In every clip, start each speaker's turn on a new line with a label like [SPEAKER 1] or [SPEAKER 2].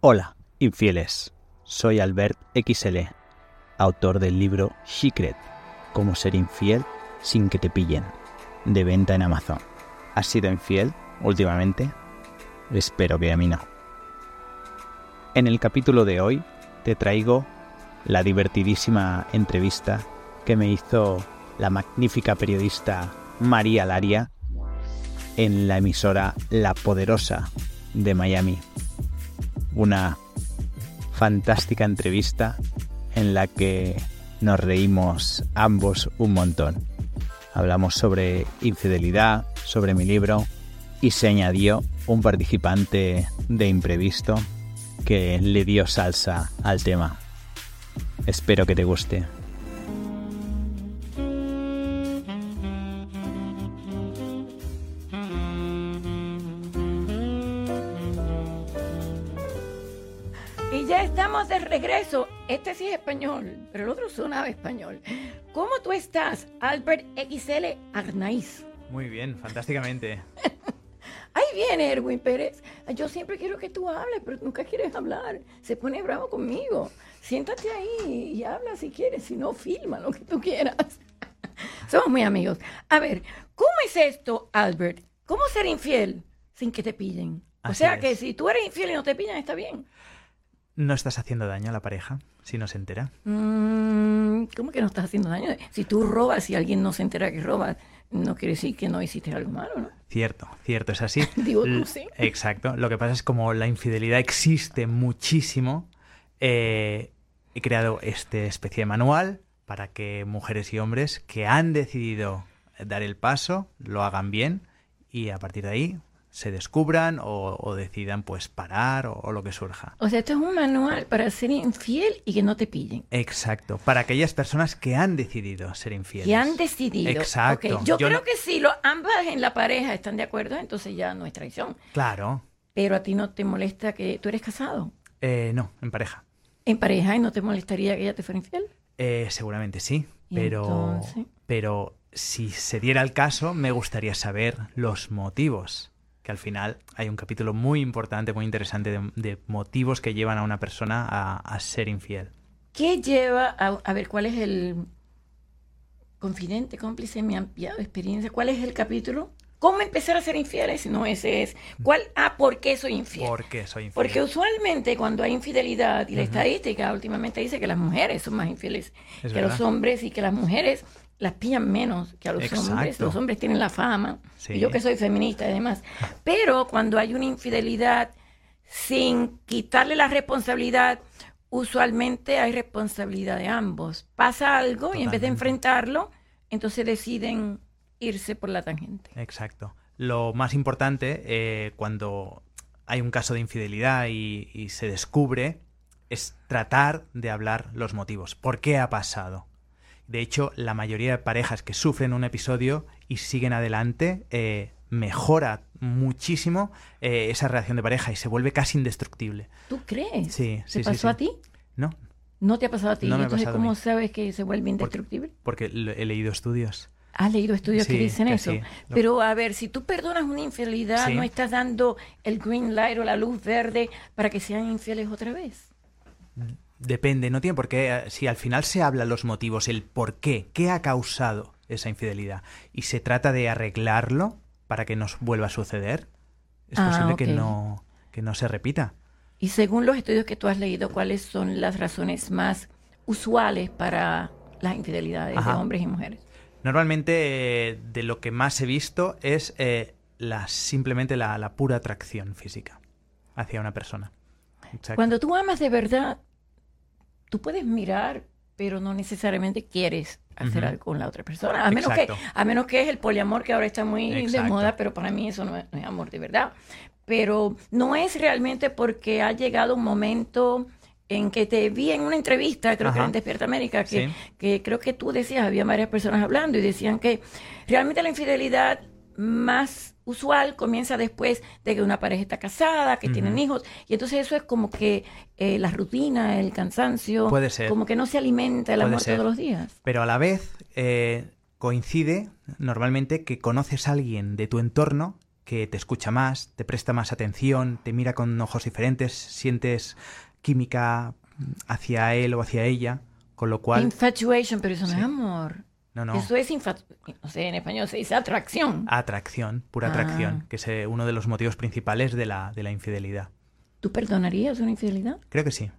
[SPEAKER 1] Hola, infieles. Soy Albert XL, autor del libro Secret, cómo ser infiel sin que te pillen, de venta en Amazon. ¿Has sido infiel últimamente? Espero que a mí no. En el capítulo de hoy te traigo la divertidísima entrevista que me hizo la magnífica periodista María Laria en la emisora La Poderosa de Miami. Una fantástica entrevista en la que nos reímos ambos un montón. Hablamos sobre infidelidad, sobre mi libro y se añadió un participante de imprevisto que le dio salsa al tema. Espero que te guste.
[SPEAKER 2] Y ya estamos de regreso. Este sí es español, pero el otro sonaba español. ¿Cómo tú estás, Albert XL Arnaiz?
[SPEAKER 3] Muy bien, fantásticamente.
[SPEAKER 2] Ahí viene Erwin Pérez. Yo siempre quiero que tú hables, pero nunca quieres hablar. Se pone bravo conmigo. Siéntate ahí y habla si quieres. Si no, filma lo que tú quieras. Somos muy amigos. A ver, ¿cómo es esto, Albert? ¿Cómo ser infiel sin que te pillen? O
[SPEAKER 3] Así
[SPEAKER 2] sea
[SPEAKER 3] es.
[SPEAKER 2] que si tú eres infiel y no te pillan, está bien.
[SPEAKER 3] No estás haciendo daño a la pareja, si no se entera.
[SPEAKER 2] Mm, ¿Cómo que no estás haciendo daño? Si tú robas y alguien no se entera que robas, no quiere decir que no hiciste algo malo, ¿no?
[SPEAKER 3] Cierto, cierto, es así.
[SPEAKER 2] Digo tú,
[SPEAKER 3] L-
[SPEAKER 2] sí.
[SPEAKER 3] Exacto. Lo que pasa es como la infidelidad existe muchísimo, eh, he creado este especie de manual para que mujeres y hombres que han decidido dar el paso lo hagan bien y a partir de ahí se descubran o, o decidan pues parar o- o lo que surja.
[SPEAKER 2] O sea, esto es un manual para ser infiel y que no te pillen.
[SPEAKER 3] Exacto, para aquellas personas que han decidido ser infieles.
[SPEAKER 2] Que han decidido.
[SPEAKER 3] Exacto.
[SPEAKER 2] Ok, Yo, creo
[SPEAKER 3] no-
[SPEAKER 2] que si lo, ambas en la pareja están de acuerdo, entonces ya no es traición.
[SPEAKER 3] Claro,
[SPEAKER 2] Pero a ti no te molesta que tú eres casado
[SPEAKER 3] eh, no, en pareja.
[SPEAKER 2] en pareja y no te molestaría que ella te fuera infiel.
[SPEAKER 3] Eh, seguramente sí,
[SPEAKER 2] ¿Y
[SPEAKER 3] pero,
[SPEAKER 2] entonces?
[SPEAKER 3] pero si se diera el caso, me gustaría saber los motivos. Que al final hay un capítulo muy importante, muy interesante de, de motivos que llevan a una persona a, a ser infiel.
[SPEAKER 2] ¿Qué lleva a, a ver cuál es el confidente, cómplice, mi ampliado experiencia? ¿Cuál es el capítulo? ¿Cómo empezar a ser infieles? No, ese es. ¿Cuál? Ah, ¿por qué soy infiel?
[SPEAKER 3] ¿Por qué soy infiel?
[SPEAKER 2] Porque usualmente cuando hay infidelidad y la estadística últimamente dice que las mujeres son más infieles
[SPEAKER 3] Es
[SPEAKER 2] que los
[SPEAKER 3] verdad.
[SPEAKER 2] hombres y que las mujeres las pillan menos que a los
[SPEAKER 3] Exacto.
[SPEAKER 2] hombres. Los hombres tienen la fama.
[SPEAKER 3] Sí.
[SPEAKER 2] Y yo que soy feminista además. Pero cuando hay una infidelidad sin quitarle la responsabilidad, usualmente hay responsabilidad de ambos. Pasa algo y en vez de
[SPEAKER 3] Totalmente.
[SPEAKER 2] enfrentarlo, entonces deciden irse por la tangente.
[SPEAKER 3] Exacto. Lo más importante eh, cuando hay un caso de infidelidad y, y se descubre es tratar de hablar los motivos. ¿Por qué ha pasado? De hecho, la mayoría de parejas que sufren un episodio y siguen adelante eh, mejora muchísimo eh, esa relación de pareja y se vuelve casi indestructible.
[SPEAKER 2] ¿Tú crees?
[SPEAKER 3] Sí,
[SPEAKER 2] ¿Te
[SPEAKER 3] sí, sí,
[SPEAKER 2] pasó
[SPEAKER 3] sí.
[SPEAKER 2] a ti?
[SPEAKER 3] ¿No,
[SPEAKER 2] No te ha pasado a ti.
[SPEAKER 3] No me ha
[SPEAKER 2] Entonces,
[SPEAKER 3] pasado a
[SPEAKER 2] ¿cómo
[SPEAKER 3] mí.
[SPEAKER 2] sabes que se vuelve indestructible?
[SPEAKER 3] porque lo- he leído estudios.
[SPEAKER 2] Has leído estudios que
[SPEAKER 3] Sí,
[SPEAKER 2] dicen
[SPEAKER 3] que
[SPEAKER 2] eso.
[SPEAKER 3] sí. Lo-
[SPEAKER 2] Pero a ver, si tú perdonas una infidelidad,
[SPEAKER 3] Sí.
[SPEAKER 2] no estás dando el green light o la luz verde para que sean infieles otra vez.
[SPEAKER 3] Depende, no tiene por qué. eh, Si al final se habla los motivos, el por qué, qué ha causado esa infidelidad, y se trata de arreglarlo para que nos vuelva a suceder, es
[SPEAKER 2] Ah,
[SPEAKER 3] posible que
[SPEAKER 2] ok.
[SPEAKER 3] no, que no se repita.
[SPEAKER 2] Y según los estudios que tú has leído, ¿cuáles son las razones más usuales para las infidelidades de
[SPEAKER 3] Ajá.
[SPEAKER 2] hombres y mujeres?
[SPEAKER 3] Normalmente eh, de lo que más he visto es eh, la, simplemente la, la pura atracción física hacia una persona. Exacto.
[SPEAKER 2] Cuando tú amas de verdad, tú puedes mirar, pero no necesariamente quieres hacer
[SPEAKER 3] Ujú.
[SPEAKER 2] algo con la otra persona. A menos, que,
[SPEAKER 3] Exacto.
[SPEAKER 2] a menos que es el poliamor que ahora está muy de
[SPEAKER 3] Exacto.
[SPEAKER 2] moda, pero para mí eso no es, no es amor de verdad. Pero no es realmente porque ha llegado un momento en que te vi en una entrevista, creo que era en
[SPEAKER 3] Ajá.
[SPEAKER 2] Despierta América, que,
[SPEAKER 3] Sí.
[SPEAKER 2] que creo que tú decías, había varias personas hablando y decían que realmente la infidelidad más usual comienza después de que una pareja está casada, que tienen
[SPEAKER 3] Ujú.
[SPEAKER 2] hijos, y entonces eso es como que eh, la rutina, el cansancio,
[SPEAKER 3] Puede ser.
[SPEAKER 2] como que no se alimenta el
[SPEAKER 3] Puede
[SPEAKER 2] amor
[SPEAKER 3] ser.
[SPEAKER 2] todos los días.
[SPEAKER 3] Pero a la vez eh, coincide normalmente que conoces a alguien de tu entorno que te escucha más, te presta más atención, te mira con ojos diferentes, sientes química hacia él o hacia ella, con lo cual...
[SPEAKER 2] Infatuation, pero eso no
[SPEAKER 3] Sí.
[SPEAKER 2] es amor.
[SPEAKER 3] No, no.
[SPEAKER 2] Eso es infatuación. No sé, en español se dice atracción.
[SPEAKER 3] Atracción, pura
[SPEAKER 2] Ah.
[SPEAKER 3] atracción, que es eh, uno de los motivos principales de la, de la infidelidad.
[SPEAKER 2] ¿Tú perdonarías una infidelidad?
[SPEAKER 3] Creo que sí.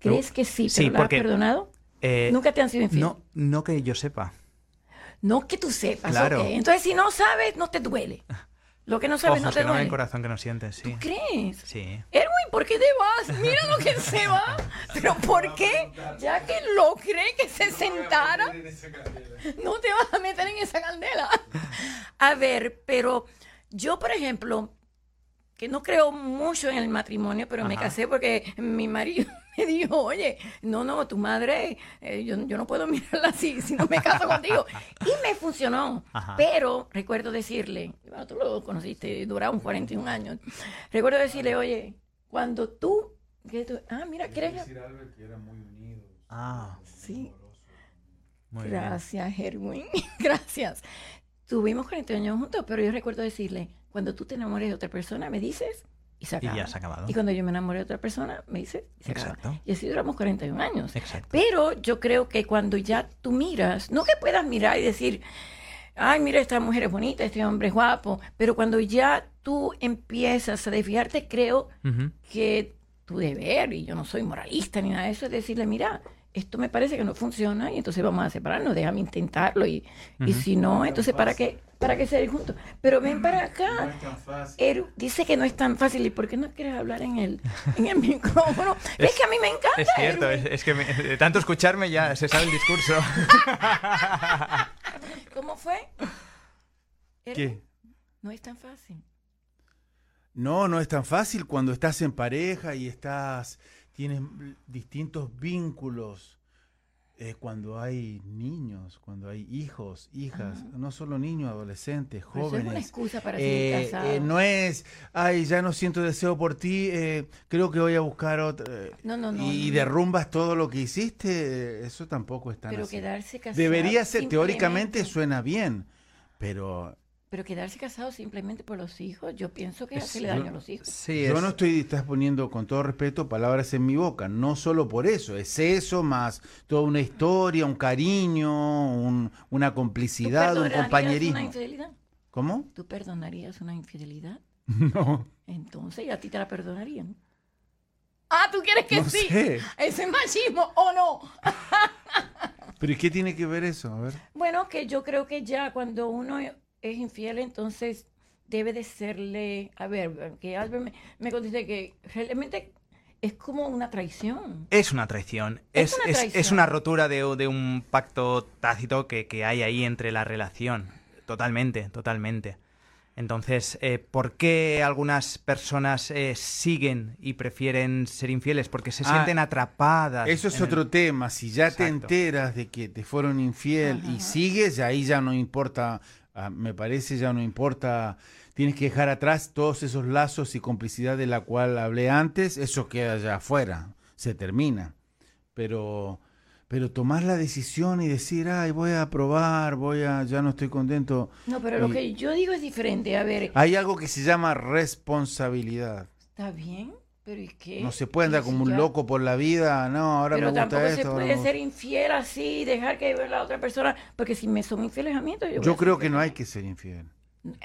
[SPEAKER 2] ¿Crees que sí?
[SPEAKER 3] Sí,
[SPEAKER 2] ¿Pero la
[SPEAKER 3] porque-
[SPEAKER 2] has perdonado?
[SPEAKER 3] Eh,
[SPEAKER 2] Nunca te han sido infiel.
[SPEAKER 3] no, no que yo sepa.
[SPEAKER 2] No que tú sepas.
[SPEAKER 3] Claro.
[SPEAKER 2] ok. Entonces, si no sabes, no te duele. Lo que no sabes
[SPEAKER 3] Ojos
[SPEAKER 2] no te
[SPEAKER 3] que no ven,
[SPEAKER 2] duele.
[SPEAKER 3] corazón que no sientes, sí.
[SPEAKER 2] ¿Crees?
[SPEAKER 3] Sí.
[SPEAKER 2] Erwin, ¿por qué te vas? Mira lo que se va. ¿Pero por qué? Ya que lo cree que se sentara, no te vas a meter en esa candela. A ver, pero yo, por ejemplo, que no creo mucho en el matrimonio, pero me
[SPEAKER 3] Ajá.
[SPEAKER 2] casé porque mi marido me dijo, oye, no, no, tu madre, eh, yo, yo no puedo mirarla así si no me caso contigo. Y me funcionó.
[SPEAKER 3] Ajá.
[SPEAKER 2] Pero recuerdo decirle, bueno, tú lo conociste, duraron 41 años. Recuerdo decirle, oye, cuando tú, que tú- ah, mira, ¿quieres?
[SPEAKER 3] Ah,
[SPEAKER 2] Sí,
[SPEAKER 3] muy bien.
[SPEAKER 2] gracias, Herwin, gracias. Tuvimos 41 años juntos, pero yo recuerdo decirle, cuando tú te enamores de otra persona, me dices, y se
[SPEAKER 3] Y
[SPEAKER 2] acaba.
[SPEAKER 3] ya se ha acabado.
[SPEAKER 2] Y cuando yo me enamoré de otra persona, me dices, y se acaba.
[SPEAKER 3] Exacto.
[SPEAKER 2] Y así duramos 41 años.
[SPEAKER 3] Exacto.
[SPEAKER 2] Pero yo creo que cuando ya tú miras, no que puedas mirar y decir, ay, mira, esta mujer es bonita, este hombre es guapo, pero cuando ya tú empiezas a desviarte, creo
[SPEAKER 3] Ujú.
[SPEAKER 2] que tu deber, y yo no soy moralista ni nada de eso, es decirle, mira, esto me parece que no funciona y entonces vamos a separarnos, déjame intentarlo y, y
[SPEAKER 3] Ujú.
[SPEAKER 2] si no, entonces ¿para qué, para qué seguir juntos? Pero ven para acá. Eru- dice que no es tan fácil. ¿Y por qué no quieres hablar en el, en el micrófono? Es, que a mí me encanta.
[SPEAKER 3] Es cierto,
[SPEAKER 2] Erwin.
[SPEAKER 3] es, es que me- de tanto escucharme ya se sabe el discurso.
[SPEAKER 2] ¿Cómo fue? Erwin,
[SPEAKER 4] ¿Qué?
[SPEAKER 2] No es tan fácil.
[SPEAKER 4] No, no es tan fácil cuando estás en pareja y estás tienes mm, distintos vínculos. Eh, cuando hay niños, cuando hay hijos, hijas, no solo niños, adolescentes,
[SPEAKER 2] Ah. Pero eso es una
[SPEAKER 4] jóvenes.
[SPEAKER 2] excusa para
[SPEAKER 4] Eh,
[SPEAKER 2] seguir casado.
[SPEAKER 4] eh,
[SPEAKER 2] no,
[SPEAKER 4] no es, ay, ya no siento deseo por ti, eh, creo que voy a buscar otra. eh,
[SPEAKER 2] no, no.
[SPEAKER 4] y
[SPEAKER 2] no.
[SPEAKER 4] derrumbas todo lo que hiciste, eh, eso tampoco es tan
[SPEAKER 2] Pero
[SPEAKER 4] así.
[SPEAKER 2] quedarse casado.
[SPEAKER 4] Debería ser, teóricamente
[SPEAKER 2] simplemente-
[SPEAKER 4] suena bien, pero
[SPEAKER 2] Pero quedarse casado simplemente por los hijos, yo pienso que
[SPEAKER 4] Es-
[SPEAKER 2] hace le
[SPEAKER 4] yo-
[SPEAKER 2] daño a los hijos.
[SPEAKER 3] Sí,
[SPEAKER 4] yo
[SPEAKER 3] es-
[SPEAKER 4] no estoy, estás poniendo con todo respeto palabras en mi boca, no solo por eso, es eso más toda una historia, un cariño, un- una
[SPEAKER 2] ¿Tú
[SPEAKER 4] complicidad, un
[SPEAKER 2] perdonarías
[SPEAKER 4] compañerismo.
[SPEAKER 2] Una infidelidad?
[SPEAKER 4] ¿Cómo?
[SPEAKER 2] ¿Tú perdonarías una infidelidad?
[SPEAKER 4] No,
[SPEAKER 2] Entonces, ¿y a ti te la perdonarían? Ah, ¿tú quieres que
[SPEAKER 4] no
[SPEAKER 2] sí?
[SPEAKER 4] sé.
[SPEAKER 2] ¿Eso es machismo o no?
[SPEAKER 4] ¿Pero y qué tiene que ver eso? A ver.
[SPEAKER 2] Bueno, que yo creo que ya cuando uno es infiel, entonces debe de serle, a ver, que Albert me, me conteste que realmente es como una traición.
[SPEAKER 3] Es una traición.
[SPEAKER 2] Es
[SPEAKER 3] Es,
[SPEAKER 2] una
[SPEAKER 3] es-
[SPEAKER 2] traición.
[SPEAKER 3] es una rotura de, de un pacto tácito que, que hay ahí entre la relación. Totalmente, totalmente. Entonces, eh, ¿por qué algunas personas eh, siguen y prefieren ser infieles? Porque se
[SPEAKER 4] Ah,
[SPEAKER 3] sienten atrapadas.
[SPEAKER 4] Eso es
[SPEAKER 3] en el-
[SPEAKER 4] otro tema. Si ya te
[SPEAKER 3] Exacto.
[SPEAKER 4] enteras de que te fueron infiel y
[SPEAKER 2] Ajá.
[SPEAKER 4] sigues, ahí ya no importa, ah, me parece, ya no importa. Tienes que dejar atrás todos esos lazos y complicidad de la cual hablé antes. Eso queda ya afuera, se termina. Pero, pero tomar la decisión y decir, ay, voy a probar, voy a, ya no estoy contento.
[SPEAKER 2] No, pero lo
[SPEAKER 4] Y-
[SPEAKER 2] que yo digo es diferente. A ver,
[SPEAKER 4] Hay algo que se llama responsabilidad.
[SPEAKER 2] está bien, pero ¿y qué?
[SPEAKER 4] No se puede
[SPEAKER 2] Y
[SPEAKER 4] andar
[SPEAKER 2] si
[SPEAKER 4] como un
[SPEAKER 2] ya-
[SPEAKER 4] loco por la vida. No, ahora
[SPEAKER 2] Pero
[SPEAKER 4] me
[SPEAKER 2] tampoco
[SPEAKER 4] gusta esto.
[SPEAKER 2] se
[SPEAKER 4] ahora
[SPEAKER 2] puede
[SPEAKER 4] me
[SPEAKER 2] ser infiel así y dejar que la otra persona, porque si me son infieles a mí, entonces yo voy a
[SPEAKER 4] Yo
[SPEAKER 2] ser
[SPEAKER 4] creo que
[SPEAKER 2] infiel
[SPEAKER 4] no hay
[SPEAKER 2] también.
[SPEAKER 4] que ser infiel.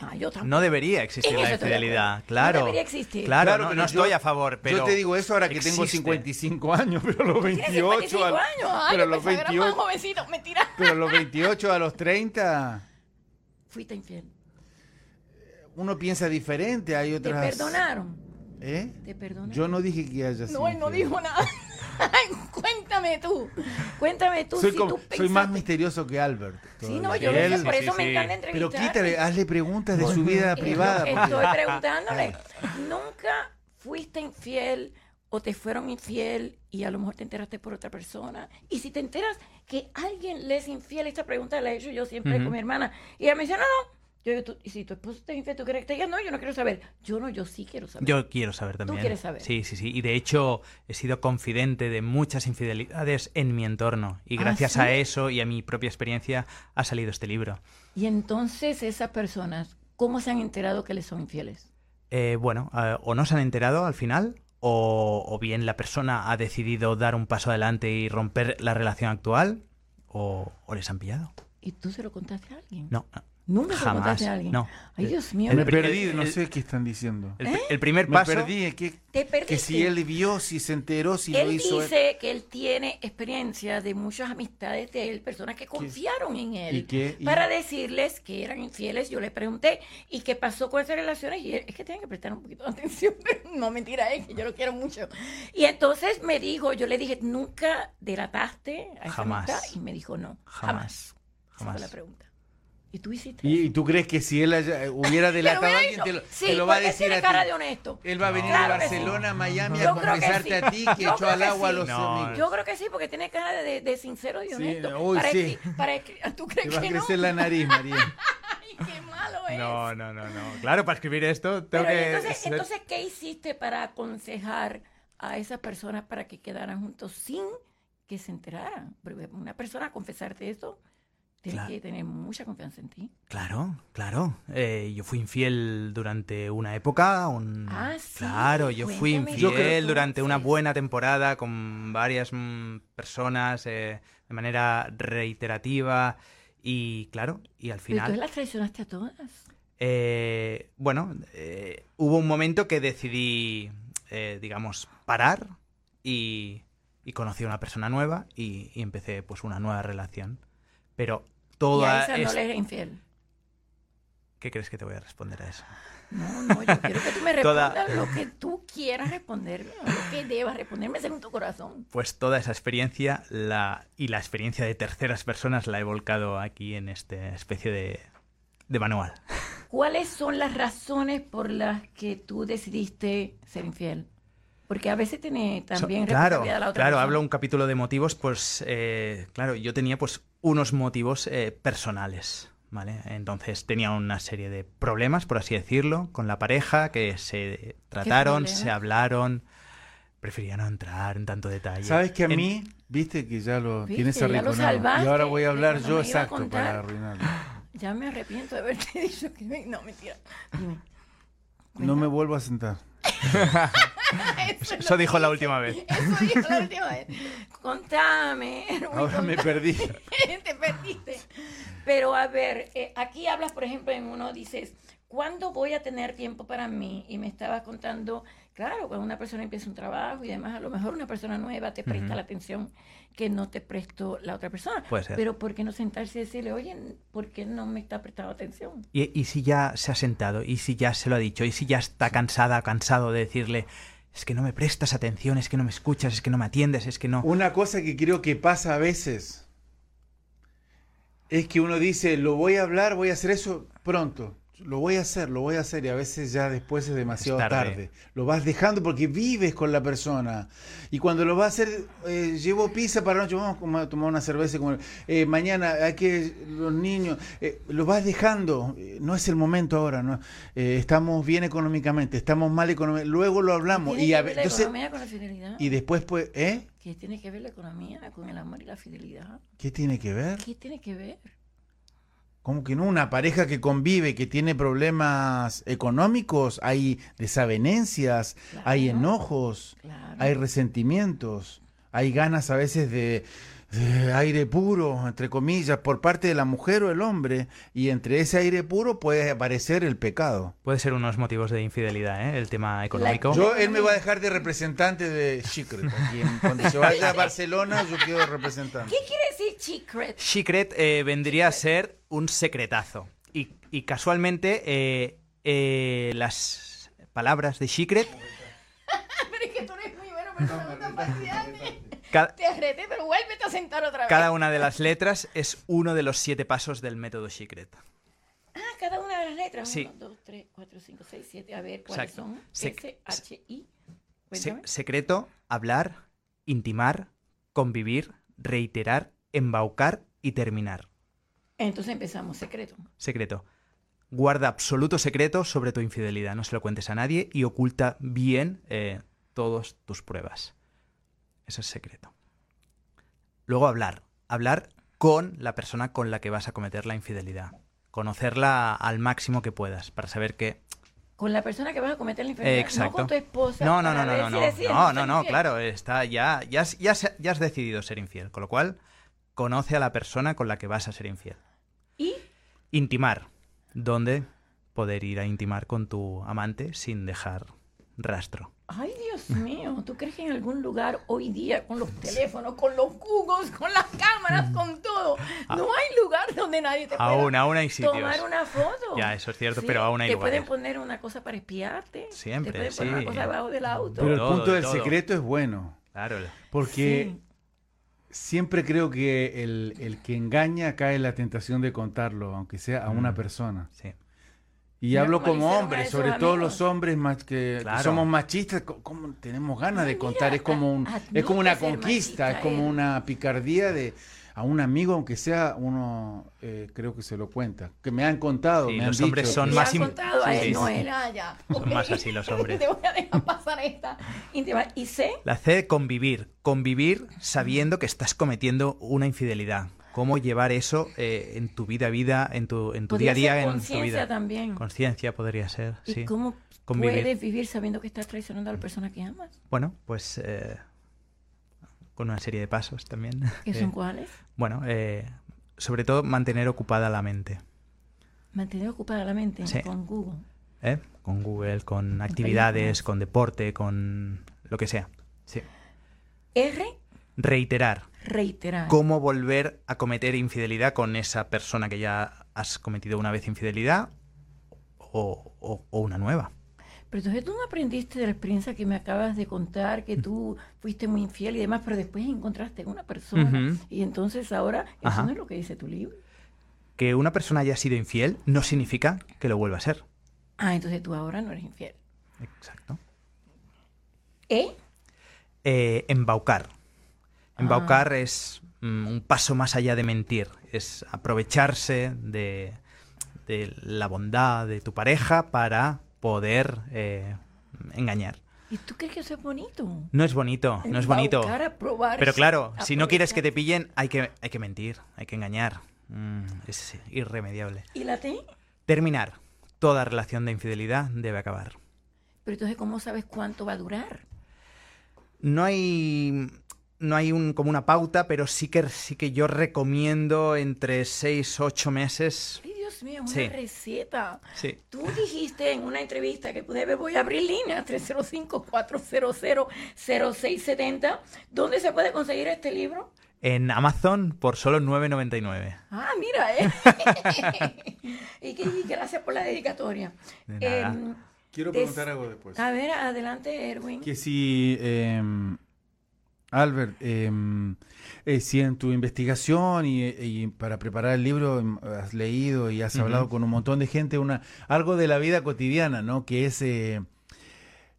[SPEAKER 2] Ah, yo tampoco.
[SPEAKER 3] No debería existir
[SPEAKER 2] En
[SPEAKER 3] la
[SPEAKER 2] eso estoy de
[SPEAKER 3] infidelidad,
[SPEAKER 2] acuerdo.
[SPEAKER 3] claro.
[SPEAKER 2] No debería existir.
[SPEAKER 3] Claro,
[SPEAKER 4] Claro,
[SPEAKER 3] no,
[SPEAKER 4] pero
[SPEAKER 3] no
[SPEAKER 4] yo-
[SPEAKER 3] estoy a favor, pero
[SPEAKER 4] Yo te digo eso ahora que tengo
[SPEAKER 3] existe.
[SPEAKER 4] 55 años, pero a los
[SPEAKER 2] Tienes
[SPEAKER 4] 28
[SPEAKER 2] 55
[SPEAKER 4] a,
[SPEAKER 2] años. Ay,
[SPEAKER 4] pero a
[SPEAKER 2] yo
[SPEAKER 4] los
[SPEAKER 2] pensaba que eras
[SPEAKER 4] 28,
[SPEAKER 2] más jovencito. Mentira.
[SPEAKER 4] pero a los 28 a los 30
[SPEAKER 2] Fuiste infiel.
[SPEAKER 4] uno piensa diferente, hay
[SPEAKER 2] Te
[SPEAKER 4] otras
[SPEAKER 2] perdonaron.
[SPEAKER 4] ¿Eh?
[SPEAKER 2] Te perdonaron.
[SPEAKER 4] Yo no dije que haya sido
[SPEAKER 2] No, él no
[SPEAKER 4] infiel.
[SPEAKER 2] dijo nada. Cuéntame tú. Cuéntame tú
[SPEAKER 4] Soy,
[SPEAKER 2] si
[SPEAKER 4] como-
[SPEAKER 2] tú
[SPEAKER 4] soy más
[SPEAKER 2] pensaste-
[SPEAKER 4] misterioso que Albert.
[SPEAKER 2] Sí,
[SPEAKER 4] todavía.
[SPEAKER 2] no, yo lo
[SPEAKER 4] Él-
[SPEAKER 2] sé, por
[SPEAKER 3] Sí,
[SPEAKER 2] eso
[SPEAKER 3] sí,
[SPEAKER 2] me
[SPEAKER 3] sí.
[SPEAKER 2] encanta entrevistar.
[SPEAKER 4] pero quítale, hazle preguntas de su vida privada. pues.
[SPEAKER 2] Estoy
[SPEAKER 4] porque-
[SPEAKER 2] preguntándole. ¿Nunca fuiste infiel o te fueron infiel y a lo mejor te enteraste por otra persona? Y si te enteras que alguien le es infiel, esta pregunta la he hecho yo siempre
[SPEAKER 3] Ujú.
[SPEAKER 2] con mi hermana. Y ella me dice, no, no. Yo digo, "Tú- y si tu esposo te es infiel, ¿tú crees que te diga? No, yo no quiero saber. Yo no, yo sí quiero saber.
[SPEAKER 3] Yo quiero saber también. ¿eh?
[SPEAKER 2] quieres saber.
[SPEAKER 3] Sí, sí, sí. Y de hecho he sido confidente de muchas infidelidades en mi entorno. Y
[SPEAKER 2] ¿Ah,
[SPEAKER 3] gracias
[SPEAKER 2] sí?
[SPEAKER 3] a eso y a mi propia experiencia ha salido este libro.
[SPEAKER 2] Y entonces esas personas ¿Cómo se han enterado que les son infieles?
[SPEAKER 3] Eh, bueno, eh, o no se han enterado al final, o, o bien la persona ha decidido dar un paso adelante y romper la relación actual, o, o les han pillado.
[SPEAKER 2] ¿Y tú se lo contaste a alguien?
[SPEAKER 3] No,
[SPEAKER 2] Nunca se lo
[SPEAKER 3] jamás.
[SPEAKER 2] contaste a alguien.
[SPEAKER 3] No.
[SPEAKER 2] Ay, Dios mío.
[SPEAKER 3] El
[SPEAKER 4] Me
[SPEAKER 3] pr-
[SPEAKER 4] perdí,
[SPEAKER 3] el-
[SPEAKER 4] no
[SPEAKER 3] el-
[SPEAKER 4] sé qué están diciendo.
[SPEAKER 3] El,
[SPEAKER 2] ¿Eh?
[SPEAKER 3] pr- el primer
[SPEAKER 4] Me
[SPEAKER 3] paso.
[SPEAKER 4] perdí, que,
[SPEAKER 2] Te perdiste.
[SPEAKER 4] que si él vio, si se enteró, si lo
[SPEAKER 2] él
[SPEAKER 4] hizo. él.
[SPEAKER 2] dice que él tiene experiencia de muchas amistades de él, personas que confiaron en él.
[SPEAKER 4] ¿Y qué? ¿Y?
[SPEAKER 2] Para decirles que eran infieles, yo le pregunté, ¿y qué pasó con esas relaciones? Y él, es que tienen que prestar un poquito de atención, pero no mentira, es que yo lo quiero mucho. Y entonces me dijo, yo le dije, ¿nunca delataste a esa
[SPEAKER 3] Jamás.
[SPEAKER 2] amistad? Y me dijo, no, jamás. Esa
[SPEAKER 3] Jamás.
[SPEAKER 2] fue
[SPEAKER 3] Jamás.
[SPEAKER 2] la pregunta. ¿Y tú hiciste
[SPEAKER 4] ¿Y, y
[SPEAKER 2] eso?
[SPEAKER 4] tú crees que si él haya- hubiera
[SPEAKER 2] Te lo
[SPEAKER 4] delatado
[SPEAKER 2] hubiera
[SPEAKER 4] a alguien,
[SPEAKER 2] dicho.
[SPEAKER 4] te lo,
[SPEAKER 2] sí,
[SPEAKER 4] te lo va a
[SPEAKER 2] porque él
[SPEAKER 4] decir
[SPEAKER 2] tiene
[SPEAKER 4] a
[SPEAKER 2] cara
[SPEAKER 4] ti?
[SPEAKER 2] de honesto.
[SPEAKER 4] Él va a venir
[SPEAKER 2] Claro
[SPEAKER 4] de
[SPEAKER 2] que sí.
[SPEAKER 4] Barcelona a Miami
[SPEAKER 2] Yo
[SPEAKER 4] a
[SPEAKER 2] creo que
[SPEAKER 4] confesarte
[SPEAKER 2] sí.
[SPEAKER 4] a ti que
[SPEAKER 2] Yo
[SPEAKER 4] echó
[SPEAKER 2] creo
[SPEAKER 4] al
[SPEAKER 2] que
[SPEAKER 4] agua a
[SPEAKER 2] sí.
[SPEAKER 4] los
[SPEAKER 3] No,
[SPEAKER 4] amigos.
[SPEAKER 2] Yo creo que sí, porque tiene cara de, de sincero y
[SPEAKER 4] Sí,
[SPEAKER 2] honesto.
[SPEAKER 4] uy,
[SPEAKER 2] para
[SPEAKER 4] sí.
[SPEAKER 2] escri- para escri- ¿Tú
[SPEAKER 4] Te
[SPEAKER 2] crees
[SPEAKER 4] va a
[SPEAKER 2] que no?
[SPEAKER 4] crecer la nariz, María.
[SPEAKER 2] Ay, qué malo es.
[SPEAKER 3] No, no, no, no. Claro, para escribir esto tengo
[SPEAKER 2] Pero, y
[SPEAKER 3] que.
[SPEAKER 2] entonces,
[SPEAKER 3] ser-
[SPEAKER 2] entonces, ¿qué hiciste para aconsejar a esas personas para que quedaran juntos sin que se enteraran? Porque una persona confesarte eso, tienes
[SPEAKER 3] Claro.
[SPEAKER 2] que tener mucha confianza en ti.
[SPEAKER 3] Claro, claro. Eh, yo fui infiel durante una época. un-
[SPEAKER 2] Ah, sí,
[SPEAKER 3] Claro, yo fui
[SPEAKER 2] cuéntame
[SPEAKER 3] infiel
[SPEAKER 2] Yo creo-
[SPEAKER 3] durante una
[SPEAKER 2] Sí.
[SPEAKER 3] buena temporada con varias mm, personas eh, de manera reiterativa. Y claro, y
[SPEAKER 2] Pero
[SPEAKER 3] al
[SPEAKER 2] tú
[SPEAKER 3] final.
[SPEAKER 2] las traicionaste a todas.
[SPEAKER 3] eh, bueno, eh, hubo un momento que decidí, eh, digamos, parar y, y conocí a una persona nueva y, y empecé pues una nueva relación. Pero
[SPEAKER 2] y
[SPEAKER 3] toda.
[SPEAKER 2] a esa no
[SPEAKER 3] es-
[SPEAKER 2] le eres infiel.
[SPEAKER 3] ¿Qué crees que te voy a responder a eso?
[SPEAKER 2] No, no, yo quiero que tú me
[SPEAKER 3] Toda-
[SPEAKER 2] respondas lo que tú quieras responderme, lo que debas responderme según tu corazón.
[SPEAKER 3] Pues toda esa experiencia la, y la experiencia de terceras personas la he volcado aquí en esta especie de, de manual.
[SPEAKER 2] ¿Cuáles son las razones por las que tú decidiste ser infiel? Porque a veces tiene también
[SPEAKER 3] So- claro,
[SPEAKER 2] responsabilidad la otra
[SPEAKER 3] claro
[SPEAKER 2] persona.
[SPEAKER 3] hablo un capítulo de motivos, pues eh, claro, yo tenía pues unos motivos eh, personales, ¿vale? Entonces tenía una serie de problemas, por así decirlo, con la pareja que se trataron, se
[SPEAKER 2] problemas?
[SPEAKER 3] hablaron. Prefería no entrar en tanto detalle.
[SPEAKER 4] ¿Sabes que a
[SPEAKER 3] En-
[SPEAKER 4] mí, viste que ya lo
[SPEAKER 2] Viste,
[SPEAKER 4] tienes
[SPEAKER 2] ya lo
[SPEAKER 4] arrinconado? Y
[SPEAKER 2] salvaste,
[SPEAKER 4] ahora voy a hablar
[SPEAKER 2] cuando
[SPEAKER 4] yo
[SPEAKER 2] me iba a
[SPEAKER 4] exacto
[SPEAKER 2] contar.
[SPEAKER 4] para arruinarlo.
[SPEAKER 2] Ya me arrepiento de haberte dicho que me- no, mentira. Dime.
[SPEAKER 4] No me vuelvo a sentar.
[SPEAKER 2] Eso, es
[SPEAKER 3] Eso
[SPEAKER 2] lo que
[SPEAKER 3] dijo la
[SPEAKER 2] hice.
[SPEAKER 3] última vez.
[SPEAKER 2] Eso dijo la última vez. Contame. Erwin,
[SPEAKER 4] Ahora me
[SPEAKER 2] contame.
[SPEAKER 4] perdí.
[SPEAKER 2] Te perdiste. Pero a ver, eh, aquí hablas, por ejemplo, en uno dices, ¿cuándo voy a tener tiempo para mí? Y me estabas contando, claro, cuando una persona empieza un trabajo y además a lo mejor una persona nueva te presta
[SPEAKER 3] Ujú.
[SPEAKER 2] la atención que no te prestó la otra persona.
[SPEAKER 3] Puede ser.
[SPEAKER 2] Pero ¿por qué no sentarse y decirle, oye, ¿por qué no me está prestando atención?
[SPEAKER 3] ¿Y, y si ya se ha sentado? ¿Y si ya se lo ha dicho? ¿Y si ya está cansada, cansado de decirle, es que no me prestas atención, es que no me escuchas, es que no me atiendes, es que no...
[SPEAKER 4] Una cosa que creo que pasa a veces es que uno dice, lo voy a hablar, voy a hacer eso pronto. Lo voy a hacer, lo voy a hacer y a veces ya después es demasiado
[SPEAKER 3] tarde.
[SPEAKER 4] tarde. Lo vas dejando porque vives con la persona. Y cuando lo vas a hacer, eh, llevo pizza para la noche, vamos a com- a tomar una cerveza. y comer. Eh, mañana hay que los niños, eh, lo vas dejando. Eh, no es el momento ahora, ¿no? Eh, estamos bien económicamente, estamos mal económicamente. Luego lo hablamos.
[SPEAKER 2] Tiene
[SPEAKER 4] Y, a
[SPEAKER 2] que ver
[SPEAKER 4] ve-
[SPEAKER 2] la
[SPEAKER 4] entonces-
[SPEAKER 2] economía con la fidelidad.
[SPEAKER 4] y después, pues, ¿eh?
[SPEAKER 2] ¿Qué tiene que ver la economía con el amor y la fidelidad?
[SPEAKER 4] ¿Qué tiene que ver?
[SPEAKER 2] ¿Qué tiene que ver?
[SPEAKER 4] ¿Cómo que no? Una pareja que convive, que tiene problemas económicos, hay desavenencias, hay
[SPEAKER 2] Claro.
[SPEAKER 4] enojos,
[SPEAKER 2] Claro.
[SPEAKER 4] hay resentimientos, hay ganas a veces de, de aire puro, entre comillas, por parte de la mujer o el hombre, y entre ese aire puro puede aparecer el pecado.
[SPEAKER 3] Puede ser unos motivos de infidelidad, ¿eh? El tema económico.
[SPEAKER 4] Yo, él me va a dejar de representante de Secret. aquí en- Cuando se vaya a Barcelona, yo quedo representante.
[SPEAKER 2] ¿Qué quiere decir secret?
[SPEAKER 3] Secret eh, vendría a ser un secretazo. Y, y casualmente eh, eh, las palabras de Secret...
[SPEAKER 2] Pero es que tú eres muy bueno, pero no me gusta fastidiarte.
[SPEAKER 3] ca-
[SPEAKER 2] Te arreté, pero vuélvete a sentar otra vez. Ah,
[SPEAKER 3] cada una de las letras es uno de los siete pasos del método Secret.
[SPEAKER 2] Ah, cada una de las letras.
[SPEAKER 3] Sí.
[SPEAKER 2] 1, 2, 3, 4, 5, 6, 7. A ver, ¿cuáles
[SPEAKER 3] Exacto.
[SPEAKER 2] son?
[SPEAKER 3] Sec-
[SPEAKER 2] S, H, I.
[SPEAKER 3] Se-
[SPEAKER 2] Cuéntame.
[SPEAKER 3] secreto, hablar, intimar, convivir, reiterar, embaucar y terminar.
[SPEAKER 2] Entonces empezamos, secreto.
[SPEAKER 3] Secreto. Guarda absoluto secreto sobre tu infidelidad, no se lo cuentes a nadie y oculta bien eh, todas tus pruebas. Eso es secreto. Luego hablar. Hablar con la persona con la que vas a cometer la infidelidad. conocerla al máximo que puedas, para saber que...
[SPEAKER 2] Con la persona que vas a cometer la infidelidad,
[SPEAKER 3] Exacto.
[SPEAKER 2] no con tu esposa.
[SPEAKER 3] No, no, no,
[SPEAKER 2] para
[SPEAKER 3] no,
[SPEAKER 2] ver
[SPEAKER 3] no,
[SPEAKER 2] si
[SPEAKER 3] no,
[SPEAKER 2] decides
[SPEAKER 3] no,
[SPEAKER 2] ser
[SPEAKER 3] no, no,
[SPEAKER 2] infiel.
[SPEAKER 3] claro, está ya, ya, has- ya, has- ya has decidido ser infiel, con lo cual conoce a la persona con la que vas a ser infiel.
[SPEAKER 2] Y
[SPEAKER 3] Intimar, donde poder ir a intimar con tu amante sin dejar rastro.
[SPEAKER 2] Ay, Dios mío, ¿tú crees que en algún lugar hoy día, con los teléfonos, con los Googles, con las cámaras, con todo, no hay lugar donde nadie te pueda
[SPEAKER 3] Ah. Aún, aún hay sitios.
[SPEAKER 2] tomar una foto?
[SPEAKER 3] Ya, eso es cierto,
[SPEAKER 2] Sí,
[SPEAKER 3] pero aún hay
[SPEAKER 2] Te
[SPEAKER 3] lugares.
[SPEAKER 2] pueden poner una cosa para espiarte.
[SPEAKER 3] Siempre,
[SPEAKER 2] Te pueden poner
[SPEAKER 3] sí.
[SPEAKER 2] una cosa debajo del auto.
[SPEAKER 4] Pero el
[SPEAKER 3] Todo,
[SPEAKER 4] punto
[SPEAKER 3] de
[SPEAKER 4] del
[SPEAKER 3] todo.
[SPEAKER 4] secreto es bueno.
[SPEAKER 3] Claro, el-
[SPEAKER 4] Porque siempre creo que el, el que engaña cae en la tentación de contarlo, aunque sea a una
[SPEAKER 3] Mm.
[SPEAKER 4] persona.
[SPEAKER 3] sí.
[SPEAKER 4] Y
[SPEAKER 2] Mira
[SPEAKER 4] hablo
[SPEAKER 2] cómo le
[SPEAKER 4] como
[SPEAKER 2] hicieron a
[SPEAKER 4] hombre,
[SPEAKER 2] esos
[SPEAKER 4] sobre todo
[SPEAKER 2] amigos.
[SPEAKER 4] los hombres más que, que
[SPEAKER 3] Claro.
[SPEAKER 4] somos machistas, co- como tenemos ganas de
[SPEAKER 2] Mira,
[SPEAKER 4] contar, es como un,
[SPEAKER 2] a-
[SPEAKER 4] es como una
[SPEAKER 2] admite ser
[SPEAKER 4] conquista, es
[SPEAKER 2] machista
[SPEAKER 4] como
[SPEAKER 2] él.
[SPEAKER 4] una picardía de a un amigo, aunque sea uno, eh, creo que se lo cuenta, que me han contado,
[SPEAKER 3] Sí,
[SPEAKER 4] me han
[SPEAKER 3] los hombres
[SPEAKER 4] dicho
[SPEAKER 3] son
[SPEAKER 4] que-
[SPEAKER 2] Le
[SPEAKER 3] más
[SPEAKER 2] han
[SPEAKER 3] im-
[SPEAKER 2] contado a
[SPEAKER 3] sí,
[SPEAKER 2] él,
[SPEAKER 3] sí,
[SPEAKER 2] no
[SPEAKER 3] sí.
[SPEAKER 2] era ya.
[SPEAKER 3] Son más así los hombres.
[SPEAKER 2] Te voy a dejar pasar esta íntima. Y sé,
[SPEAKER 3] La C, convivir. Convivir sabiendo que estás cometiendo una infidelidad. Cómo llevar eso eh, en tu vida a vida, en tu, en tu día
[SPEAKER 2] podría
[SPEAKER 3] a
[SPEAKER 2] ser
[SPEAKER 3] día, en tu vida.
[SPEAKER 2] conciencia también.
[SPEAKER 3] Conciencia podría ser,
[SPEAKER 2] Mm. ¿Y
[SPEAKER 3] sí.
[SPEAKER 2] cómo
[SPEAKER 3] Convivir.
[SPEAKER 2] puedes vivir sabiendo que estás traicionando a la persona que amas?
[SPEAKER 3] Bueno, pues eh, con una serie de pasos también.
[SPEAKER 2] ¿Qué
[SPEAKER 3] Eh,
[SPEAKER 2] son cuáles?
[SPEAKER 3] bueno, eh, sobre todo mantener ocupada la mente.
[SPEAKER 2] Mantener ocupada la mente
[SPEAKER 3] Sí.
[SPEAKER 2] con Google.
[SPEAKER 3] ¿eh? Con Google, con actividades, con deporte, con lo que sea. Sí.
[SPEAKER 2] R,
[SPEAKER 3] Reiterar.
[SPEAKER 2] reiterar.
[SPEAKER 3] cómo volver a cometer infidelidad con esa persona que ya has cometido una vez infidelidad o, o- o una nueva.
[SPEAKER 2] Pero entonces tú no aprendiste de la experiencia que me acabas de contar, que tú fuiste muy infiel y demás, pero después encontraste a una persona.
[SPEAKER 3] Ujú.
[SPEAKER 2] Y entonces ahora, eso
[SPEAKER 3] Ajá.
[SPEAKER 2] no es lo que dice tu libro.
[SPEAKER 3] Que una persona haya sido infiel no significa que lo vuelva a ser.
[SPEAKER 2] Ah, entonces tú ahora no eres infiel.
[SPEAKER 3] Exacto.
[SPEAKER 2] ¿Eh?
[SPEAKER 3] Eh, embaucar. Embaucar
[SPEAKER 2] Ah.
[SPEAKER 3] es mm, un paso más allá de mentir. Es aprovecharse de, de la bondad de tu pareja para poder eh, engañar.
[SPEAKER 2] ¿Y tú crees que eso es bonito?
[SPEAKER 3] No es bonito, no es bonito.
[SPEAKER 2] Embaucar, aprobar,
[SPEAKER 3] Pero claro, si no
[SPEAKER 2] aprovechar.
[SPEAKER 3] quieres que te pillen, hay que, hay que mentir, hay que engañar. Mm, es irremediable.
[SPEAKER 2] ¿Y la T?
[SPEAKER 3] Terminar. Toda relación de infidelidad debe acabar.
[SPEAKER 2] Pero entonces, ¿cómo sabes cuánto va a durar?
[SPEAKER 3] No hay. No hay un, como una pauta, pero sí que, sí que yo recomiendo entre 6, 8 meses.
[SPEAKER 2] Ay, Dios mío, es una
[SPEAKER 3] Sí.
[SPEAKER 2] receta.
[SPEAKER 3] Sí.
[SPEAKER 2] Tú dijiste en una entrevista que pude ver, voy a abrir líneas 305-400-0670. ¿Dónde se puede conseguir este libro?
[SPEAKER 3] En Amazon por solo 9.99.
[SPEAKER 2] Ah, mira, eh. y, que- y gracias por la dedicatoria.
[SPEAKER 3] De nada.
[SPEAKER 2] Em,
[SPEAKER 4] Quiero
[SPEAKER 2] Des-
[SPEAKER 4] preguntar algo después.
[SPEAKER 2] a ver, adelante, Erwin.
[SPEAKER 4] Que si, eh, Albert, eh, eh, si en tu investigación y, eh, y para preparar el libro em, has leído y has
[SPEAKER 3] Ujú.
[SPEAKER 4] hablado con un montón de gente, una, algo de la vida cotidiana, ¿no? Que es... eh,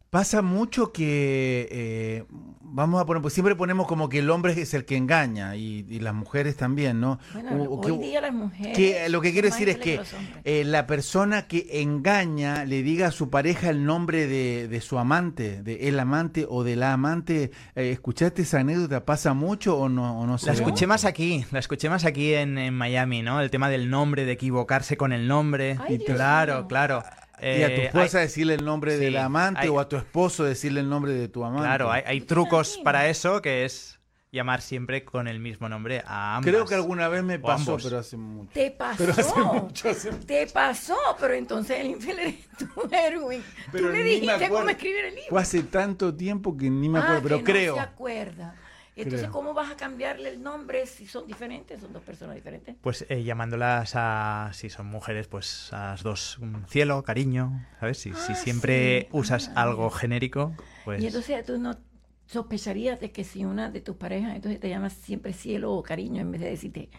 [SPEAKER 4] Pasa mucho que, eh, vamos a poner, pues siempre ponemos como que el hombre es el que engaña y, y las mujeres también, ¿no?
[SPEAKER 2] Bueno,
[SPEAKER 4] O- o
[SPEAKER 2] hoy
[SPEAKER 4] que-
[SPEAKER 2] día las mujeres.
[SPEAKER 4] que lo que
[SPEAKER 2] son
[SPEAKER 4] quiero
[SPEAKER 2] más
[SPEAKER 4] decir es que
[SPEAKER 2] inteligentes los hombres.
[SPEAKER 4] eh, la persona que engaña le diga a su pareja el nombre de, de su amante, de el amante o de la amante. Eh, ¿Escuchaste esa anécdota? ¿Pasa mucho o no, o no se
[SPEAKER 3] La
[SPEAKER 4] ve
[SPEAKER 3] escuché
[SPEAKER 4] mucho?
[SPEAKER 3] más aquí, la escuché más aquí en, en Miami, ¿no? El tema del nombre, de equivocarse con el nombre.
[SPEAKER 2] Ay, Dios
[SPEAKER 3] claro,
[SPEAKER 2] mío.
[SPEAKER 3] claro.
[SPEAKER 4] Y a tu
[SPEAKER 3] Eh,
[SPEAKER 4] esposa decirle el nombre
[SPEAKER 3] sí,
[SPEAKER 4] del amante
[SPEAKER 3] hay-
[SPEAKER 4] o a tu esposo decirle el nombre de tu amante.
[SPEAKER 3] Claro, hay, hay
[SPEAKER 2] ¿Tú te
[SPEAKER 3] trucos
[SPEAKER 2] imaginas?
[SPEAKER 3] para eso, que es llamar siempre con el mismo nombre a ambas.
[SPEAKER 4] Creo que alguna vez me
[SPEAKER 3] O
[SPEAKER 4] pasó,
[SPEAKER 3] ambos.
[SPEAKER 4] pero hace mucho.
[SPEAKER 2] Te pasó.
[SPEAKER 4] Pero hace mucho, hace
[SPEAKER 2] Te pasó, pero entonces el infiel eres tú, Erwin.
[SPEAKER 4] Pero
[SPEAKER 2] tú
[SPEAKER 4] ni
[SPEAKER 2] le
[SPEAKER 4] me
[SPEAKER 2] dijiste
[SPEAKER 4] acuerdo.
[SPEAKER 2] cómo escribir el libro.
[SPEAKER 4] Fue hace tanto tiempo que ni me
[SPEAKER 2] Ah,
[SPEAKER 4] acuerdo, pero
[SPEAKER 2] que no
[SPEAKER 4] creo.
[SPEAKER 2] se acuerda. Entonces,
[SPEAKER 4] Creo.
[SPEAKER 2] ¿cómo vas a cambiarle el nombre si son diferentes? Son dos personas diferentes.
[SPEAKER 3] Pues eh, llamándolas a, si son mujeres, pues a las dos, un cielo, cariño, ¿sabes? Si, si
[SPEAKER 2] Ah,
[SPEAKER 3] siempre
[SPEAKER 2] sí.
[SPEAKER 3] usas
[SPEAKER 2] Ah.
[SPEAKER 3] algo genérico, pues...
[SPEAKER 2] Y entonces tú no sospecharías de que si una de tus parejas entonces te llamas siempre cielo o cariño en vez de decirte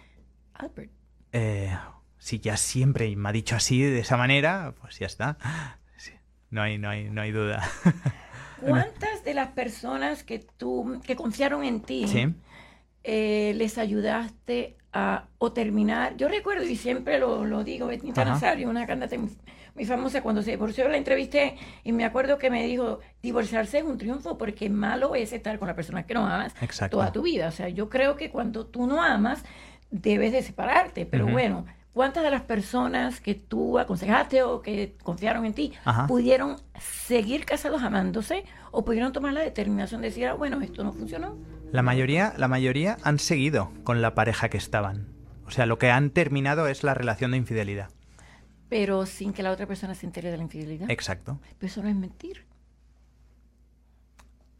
[SPEAKER 2] Albert.
[SPEAKER 3] eh, si ya siempre me ha dicho así, de esa manera, pues ya está. Sí, No hay, no hay, no hay duda.
[SPEAKER 2] ¿Cuántas de las personas que tú que confiaron en ti
[SPEAKER 3] Sí.
[SPEAKER 2] eh, les ayudaste a o terminar. Yo recuerdo, y siempre lo, lo digo, Betita
[SPEAKER 3] Ajá.
[SPEAKER 2] Nazario, una cantante muy, muy famosa, cuando se divorció la entrevisté y me acuerdo que me dijo, divorciarse es un triunfo porque malo es estar con la persona que no amas
[SPEAKER 3] Exacto.
[SPEAKER 2] toda tu vida. O sea, yo creo que cuando tú no amas, debes de separarte, pero
[SPEAKER 3] Ujú.
[SPEAKER 2] bueno, ¿Cuántas de las personas que tú aconsejaste o que confiaron en ti
[SPEAKER 3] Ajá.
[SPEAKER 2] pudieron seguir casados amándose o pudieron tomar la determinación de decir, ah, bueno, esto no funcionó?
[SPEAKER 3] La mayoría, la mayoría han seguido con la pareja que estaban. O sea, lo que han terminado es la relación de infidelidad.
[SPEAKER 2] Pero sin que la otra persona se entere de la infidelidad.
[SPEAKER 3] Exacto.
[SPEAKER 2] Pero eso no es mentir.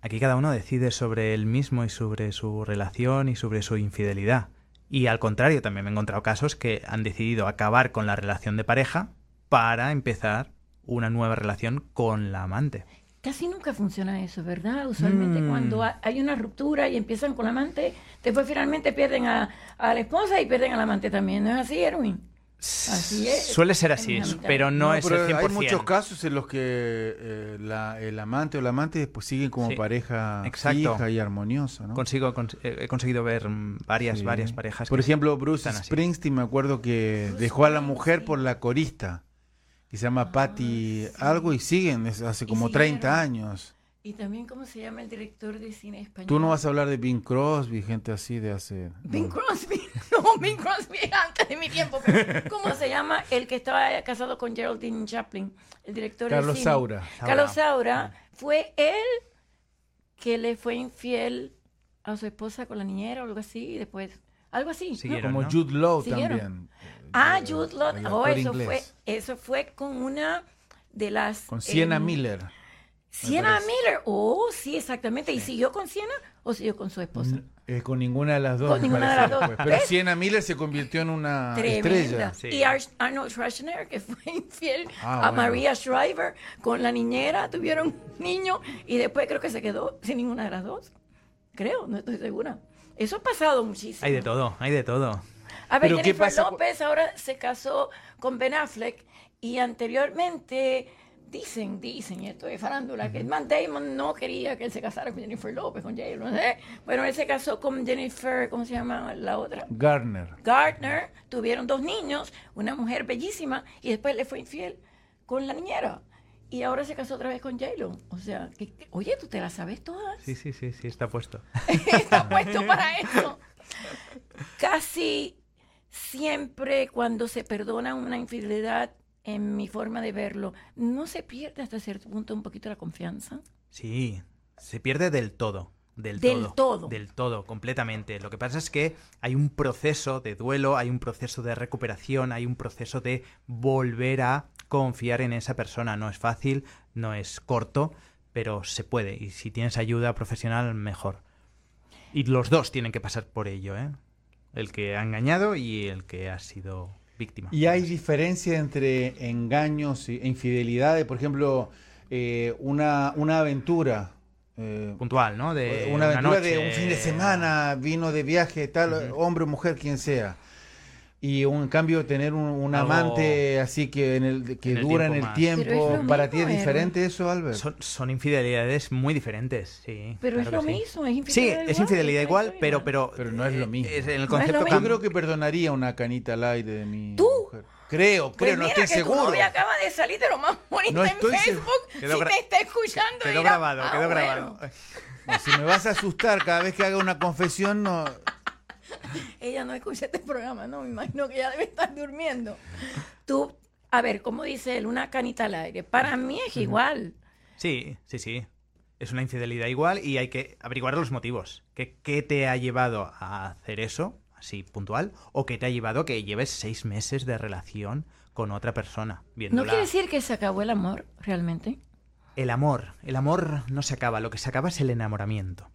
[SPEAKER 3] Aquí cada uno decide sobre él mismo y sobre su relación y sobre su infidelidad. Y al contrario, también me he encontrado casos que han decidido acabar con la relación de pareja para empezar una nueva relación con la amante.
[SPEAKER 2] Casi nunca funciona eso, ¿verdad? Usualmente
[SPEAKER 3] Mm.
[SPEAKER 2] cuando ha- hay una ruptura y empiezan con la amante, después finalmente pierden a, a la esposa y pierden al amante también. ¿No es así, Erwin? Así es.
[SPEAKER 3] Suele ser así,
[SPEAKER 2] Es una
[SPEAKER 3] pero no, es
[SPEAKER 4] pero
[SPEAKER 3] el 100%.
[SPEAKER 4] Hay muchos casos en los que eh, la- el amante o la amante pues, siguen como
[SPEAKER 3] Sí,
[SPEAKER 4] pareja
[SPEAKER 3] exacto.
[SPEAKER 4] fija y armoniosa, ¿no?
[SPEAKER 3] Consigo, cons- eh, he conseguido ver mm, varias,
[SPEAKER 4] Sí.
[SPEAKER 3] varias parejas.
[SPEAKER 4] Por
[SPEAKER 3] que-
[SPEAKER 4] ejemplo, Bruce
[SPEAKER 3] están así.
[SPEAKER 4] Springsteen, me acuerdo que dejó a la mujer por la corista, que se llama Patty algo, y siguen desde hace
[SPEAKER 2] Ah, Y
[SPEAKER 4] como
[SPEAKER 2] siguieron.
[SPEAKER 4] 30 años.
[SPEAKER 2] Y también, ¿cómo se llama el director de cine español?
[SPEAKER 4] Tú no vas a hablar de Bing Crosby, gente así de hace...
[SPEAKER 2] Bing
[SPEAKER 4] no.
[SPEAKER 2] Crosby. No, Bing Crosby era antes de mi tiempo. pero ¿Cómo se llama el que estaba casado con Geraldine Chaplin? El director de
[SPEAKER 4] Carlos
[SPEAKER 2] cine.
[SPEAKER 4] Saura.
[SPEAKER 2] Carlos Saura. Fue él que le fue infiel a su esposa con la niñera o algo así. Y después, algo así. ¿no?
[SPEAKER 3] Siguieron.
[SPEAKER 4] Como
[SPEAKER 3] ¿no?
[SPEAKER 4] Jude Law
[SPEAKER 2] Siguieron.
[SPEAKER 4] también.
[SPEAKER 2] Ah,
[SPEAKER 4] El-
[SPEAKER 2] Jude Law.
[SPEAKER 4] el
[SPEAKER 2] Oh,
[SPEAKER 4] actor
[SPEAKER 2] eso
[SPEAKER 4] inglés.
[SPEAKER 2] fue, eso fue con una de las...
[SPEAKER 4] Con Sienna
[SPEAKER 2] eh,
[SPEAKER 4] Miller.
[SPEAKER 2] Sienna
[SPEAKER 4] parece.
[SPEAKER 2] Miller. Oh, sí, exactamente. ¿Y siguió con Sienna o siguió con su esposa?
[SPEAKER 4] Eh, con ninguna de las dos.
[SPEAKER 2] Con
[SPEAKER 4] me
[SPEAKER 2] ninguna de
[SPEAKER 4] parece
[SPEAKER 2] las
[SPEAKER 4] que
[SPEAKER 2] dos.
[SPEAKER 4] fue. Pero
[SPEAKER 2] ¿Ves?
[SPEAKER 4] Sienna Miller se convirtió en una
[SPEAKER 2] Tremenda.
[SPEAKER 4] Ah, estrella.
[SPEAKER 3] Sí.
[SPEAKER 2] Y Ar- Arnold Schwarzenegger, que fue infiel
[SPEAKER 4] Ah,
[SPEAKER 2] a
[SPEAKER 4] bueno.
[SPEAKER 2] Maria Shriver con la niñera, tuvieron un niño y después creo que se quedó sin ninguna de las dos. Creo, no estoy segura. Eso ha pasado muchísimo.
[SPEAKER 3] Hay de todo, hay de todo.
[SPEAKER 2] A ver,
[SPEAKER 4] Pero ¿qué
[SPEAKER 2] Jennifer
[SPEAKER 4] pasa cu-
[SPEAKER 2] López ahora se casó con Ben Affleck y anteriormente dicen, dicen, y esto es farándula, que Matt Damon no quería que él se casara con Jennifer López, con J.Lo, no sé. Bueno, él se casó con Jennifer, ¿cómo se llama la otra?
[SPEAKER 4] Garner.
[SPEAKER 2] Gardner, tuvieron dos niños, una mujer bellísima, y después le fue infiel con la niñera. Y ahora se casó otra vez con J-Lo. O sea, que- que- oye, tú te las sabes todas.
[SPEAKER 3] Sí, sí, sí, sí, está puesto.
[SPEAKER 2] Está puesto para eso. Casi siempre cuando se perdona una infidelidad, en mi forma de verlo, no se pierde hasta cierto punto un poquito la confianza.
[SPEAKER 3] Sí, se pierde del todo. Del,
[SPEAKER 2] Del
[SPEAKER 3] todo,
[SPEAKER 2] todo.
[SPEAKER 3] Del todo, completamente. Lo que pasa es que hay un proceso de duelo, hay un proceso de recuperación, hay un proceso de volver a confiar en esa persona. No es fácil, no es corto, pero se puede. Y si tienes ayuda profesional, mejor. Y los dos tienen que pasar por ello, ¿eh? El que ha engañado y el que ha sido víctima.
[SPEAKER 4] Y hay diferencia entre engaños e infidelidades. Por ejemplo, eh, una, una aventura. eh,
[SPEAKER 3] Puntual, ¿no? De
[SPEAKER 4] una aventura de
[SPEAKER 3] noche.
[SPEAKER 4] un fin de semana, vino de viaje, tal, hombre o mujer, quien sea. Y un, en cambio, tener un, un
[SPEAKER 3] Algo-
[SPEAKER 4] amante así que, en el, que
[SPEAKER 3] en el
[SPEAKER 4] dura
[SPEAKER 3] tiempo más.
[SPEAKER 4] en el
[SPEAKER 2] Pero es
[SPEAKER 4] tiempo,
[SPEAKER 2] lo
[SPEAKER 4] ¿para ti es
[SPEAKER 2] mismo, Aaron.
[SPEAKER 4] diferente eso, Albert?
[SPEAKER 3] Son, son infidelidades muy diferentes, sí.
[SPEAKER 2] Pero
[SPEAKER 3] claro
[SPEAKER 2] es lo
[SPEAKER 3] que sí.
[SPEAKER 2] mismo, es
[SPEAKER 3] Sí,
[SPEAKER 2] infidelidad.
[SPEAKER 3] es infidelidad igual,
[SPEAKER 2] traición
[SPEAKER 3] pero,
[SPEAKER 2] igual.
[SPEAKER 3] pero...
[SPEAKER 4] Pero no es lo
[SPEAKER 3] eh,
[SPEAKER 4] mismo.
[SPEAKER 3] es- el
[SPEAKER 2] es
[SPEAKER 3] concepto
[SPEAKER 2] lo mismo.
[SPEAKER 4] Yo
[SPEAKER 3] cambia.
[SPEAKER 4] creo que perdonaría una canita al aire de mi
[SPEAKER 2] ¿Tú?
[SPEAKER 4] mujer. Creo, creo,
[SPEAKER 2] Pues
[SPEAKER 4] no
[SPEAKER 2] mira
[SPEAKER 4] estoy
[SPEAKER 2] que Tu
[SPEAKER 4] seguro.
[SPEAKER 2] novia acaba de salir de lo más bonito
[SPEAKER 4] No
[SPEAKER 2] en
[SPEAKER 4] estoy seg-
[SPEAKER 2] Facebook.
[SPEAKER 3] Quedó
[SPEAKER 2] si
[SPEAKER 3] gra-
[SPEAKER 2] te está escuchando,
[SPEAKER 3] Quedó
[SPEAKER 2] dirá,
[SPEAKER 3] grabado,
[SPEAKER 2] "Ah,
[SPEAKER 3] quedó
[SPEAKER 2] bueno".
[SPEAKER 3] grabado.
[SPEAKER 4] No, Si me vas a asustar cada vez que haga una confesión, no.
[SPEAKER 2] Ella no escucha este programa, no, me imagino que ella debe estar durmiendo. Tú, a ver, como dice él, una canita al aire. Para mí es igual.
[SPEAKER 3] Sí, sí, sí. Es una infidelidad igual y hay que averiguar los motivos. ¿Qué, qué te ha llevado a hacer eso, así puntual? ¿O qué te ha llevado a que lleves seis meses de relación con otra persona?
[SPEAKER 2] ¿No
[SPEAKER 3] Viéndola...
[SPEAKER 2] quiere decir que se acabó el amor realmente?
[SPEAKER 3] El amor. El amor no se acaba, lo que se acaba es el enamoramiento.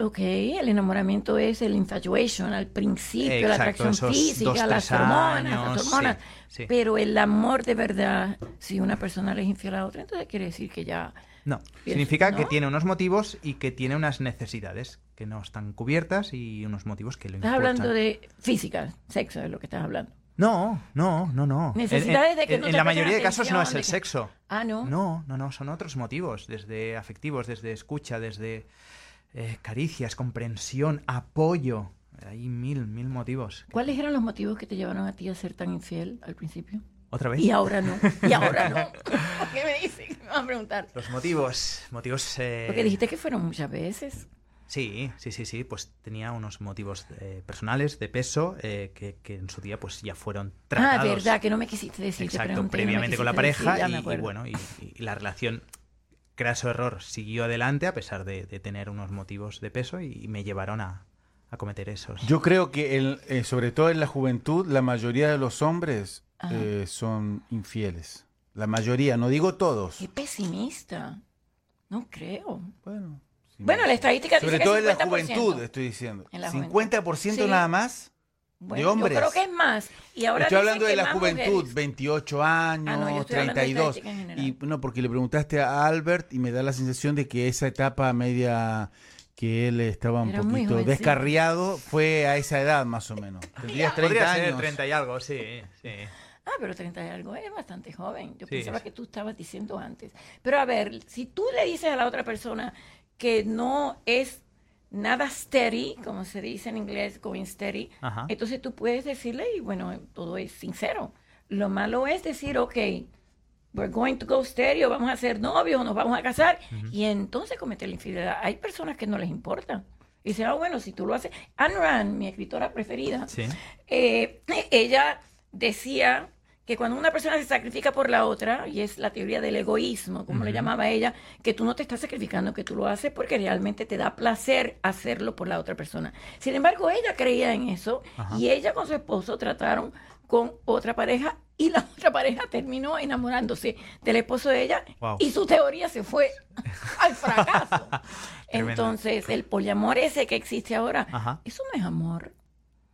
[SPEAKER 2] Ok, el enamoramiento es el infatuation al principio, la
[SPEAKER 3] Exacto,
[SPEAKER 2] atracción
[SPEAKER 3] esos dos,
[SPEAKER 2] física, las
[SPEAKER 3] tres
[SPEAKER 2] hormonas,
[SPEAKER 3] años,
[SPEAKER 2] las
[SPEAKER 3] sí,
[SPEAKER 2] hormonas.
[SPEAKER 3] sí.
[SPEAKER 2] Pero el amor de verdad, si una persona le es infiel a otra, entonces quiere decir que ya
[SPEAKER 3] No,
[SPEAKER 2] Bien,
[SPEAKER 3] significa que
[SPEAKER 2] ¿no?
[SPEAKER 3] tiene unos motivos y que tiene unas necesidades que no están cubiertas y unos motivos que lo
[SPEAKER 2] Estás
[SPEAKER 3] importan.
[SPEAKER 2] hablando de física, sexo es lo que estás hablando.
[SPEAKER 3] No, no, no, no. En-
[SPEAKER 2] Necesidades
[SPEAKER 3] en,
[SPEAKER 2] de que
[SPEAKER 3] en-
[SPEAKER 2] no
[SPEAKER 3] en
[SPEAKER 2] te
[SPEAKER 3] la
[SPEAKER 2] presten
[SPEAKER 3] mayoría de casos no es
[SPEAKER 2] atención,
[SPEAKER 3] el
[SPEAKER 2] de que-
[SPEAKER 3] sexo.
[SPEAKER 2] Ah, no.
[SPEAKER 3] No, no, no, son otros motivos, desde afectivos, desde escucha, desde eh, caricias, comprensión, apoyo. Hay mil, mil motivos.
[SPEAKER 2] ¿Cuáles eran los motivos que te llevaron a ti a ser tan infiel al principio?
[SPEAKER 3] ¿Otra vez?
[SPEAKER 2] Y ahora no. Y ahora no. ¿Por ¿Qué me dices? Me vas a preguntar.
[SPEAKER 3] Los motivos, motivos... eh,
[SPEAKER 2] Porque dijiste que fueron muchas veces. Ah,
[SPEAKER 3] Sí, sí, sí, sí, pues tenía unos motivos eh, personales de peso eh, que, que en su día pues ya fueron tratados.
[SPEAKER 2] Ah, verdad, que no me quisiste decir. te
[SPEAKER 3] Exacto,
[SPEAKER 2] pregunté, no me
[SPEAKER 3] previamente con la
[SPEAKER 2] quisiste
[SPEAKER 3] pareja
[SPEAKER 2] decir, ya me
[SPEAKER 3] y- y,
[SPEAKER 2] acuerdo.
[SPEAKER 3] bueno, y, y la relación, craso error, siguió adelante a pesar de, de tener unos motivos de peso y, me llevaron a, a cometer esos.
[SPEAKER 4] Yo creo que el- eh, sobre todo en la juventud, la mayoría de los hombres
[SPEAKER 2] Ajá.
[SPEAKER 4] eh, son infieles. La mayoría, no digo todos.
[SPEAKER 2] Qué pesimista. No creo.
[SPEAKER 3] Mm.
[SPEAKER 4] Bueno, sí.
[SPEAKER 2] Bueno, la estadística
[SPEAKER 4] sobre
[SPEAKER 2] dice que
[SPEAKER 4] todo en la
[SPEAKER 2] 50%.
[SPEAKER 4] juventud, estoy diciendo.
[SPEAKER 2] En la juventud.
[SPEAKER 4] 50%
[SPEAKER 2] Sí.
[SPEAKER 4] nada más.
[SPEAKER 2] Bueno,
[SPEAKER 4] hombres.
[SPEAKER 2] Yo creo que es más. Y ahora
[SPEAKER 4] estoy
[SPEAKER 2] dicen
[SPEAKER 4] hablando de
[SPEAKER 2] que
[SPEAKER 4] la
[SPEAKER 2] más
[SPEAKER 4] juventud,
[SPEAKER 2] mujeres.
[SPEAKER 4] 28 años,
[SPEAKER 2] Ah, no, yo estoy hablando de
[SPEAKER 4] 32.
[SPEAKER 2] estadística en general.
[SPEAKER 4] Y no, porque le preguntaste a Albert y me da la sensación de que esa etapa media que él estaba un
[SPEAKER 2] Era muy
[SPEAKER 4] poquito
[SPEAKER 2] jovencito.
[SPEAKER 4] descarriado fue a esa edad más o menos. Tendrías 30
[SPEAKER 3] Podría
[SPEAKER 4] años.
[SPEAKER 3] ser 30 y algo, sí, sí.
[SPEAKER 2] Ah, pero 30 y algo es bastante joven. Yo
[SPEAKER 3] Sí,
[SPEAKER 2] pensaba
[SPEAKER 3] es.
[SPEAKER 2] que tú estabas diciendo antes. Pero a ver, si tú le dices a la otra persona que no es nada steady, como se dice en inglés, going steady,
[SPEAKER 3] Ajá.
[SPEAKER 2] entonces tú puedes decirle y bueno, todo es sincero. Lo malo es decir, ok, we're going to go steady, o vamos a ser novios, o nos vamos a casar, y entonces cometer la infidelidad. Hay personas que no les importa. Y dicen, ah, bueno, si tú lo haces. Ayn Rand, mi escritora preferida,
[SPEAKER 3] Sí.
[SPEAKER 2] eh, ella decía que cuando una persona se sacrifica por la otra, y es la teoría del egoísmo, como le
[SPEAKER 3] Ujú.
[SPEAKER 2] llamaba ella, que tú no te estás sacrificando, que tú lo haces porque realmente te da placer hacerlo por la otra persona. Sin embargo, ella creía en eso
[SPEAKER 3] Ajá.
[SPEAKER 2] y ella con su esposo trataron con otra pareja y la otra pareja terminó enamorándose del esposo de ella
[SPEAKER 3] Wow.
[SPEAKER 2] y su teoría se fue al fracaso.
[SPEAKER 3] Tremendo.
[SPEAKER 2] Entonces, el poliamor ese que existe ahora,
[SPEAKER 3] Ajá.
[SPEAKER 2] eso no es amor.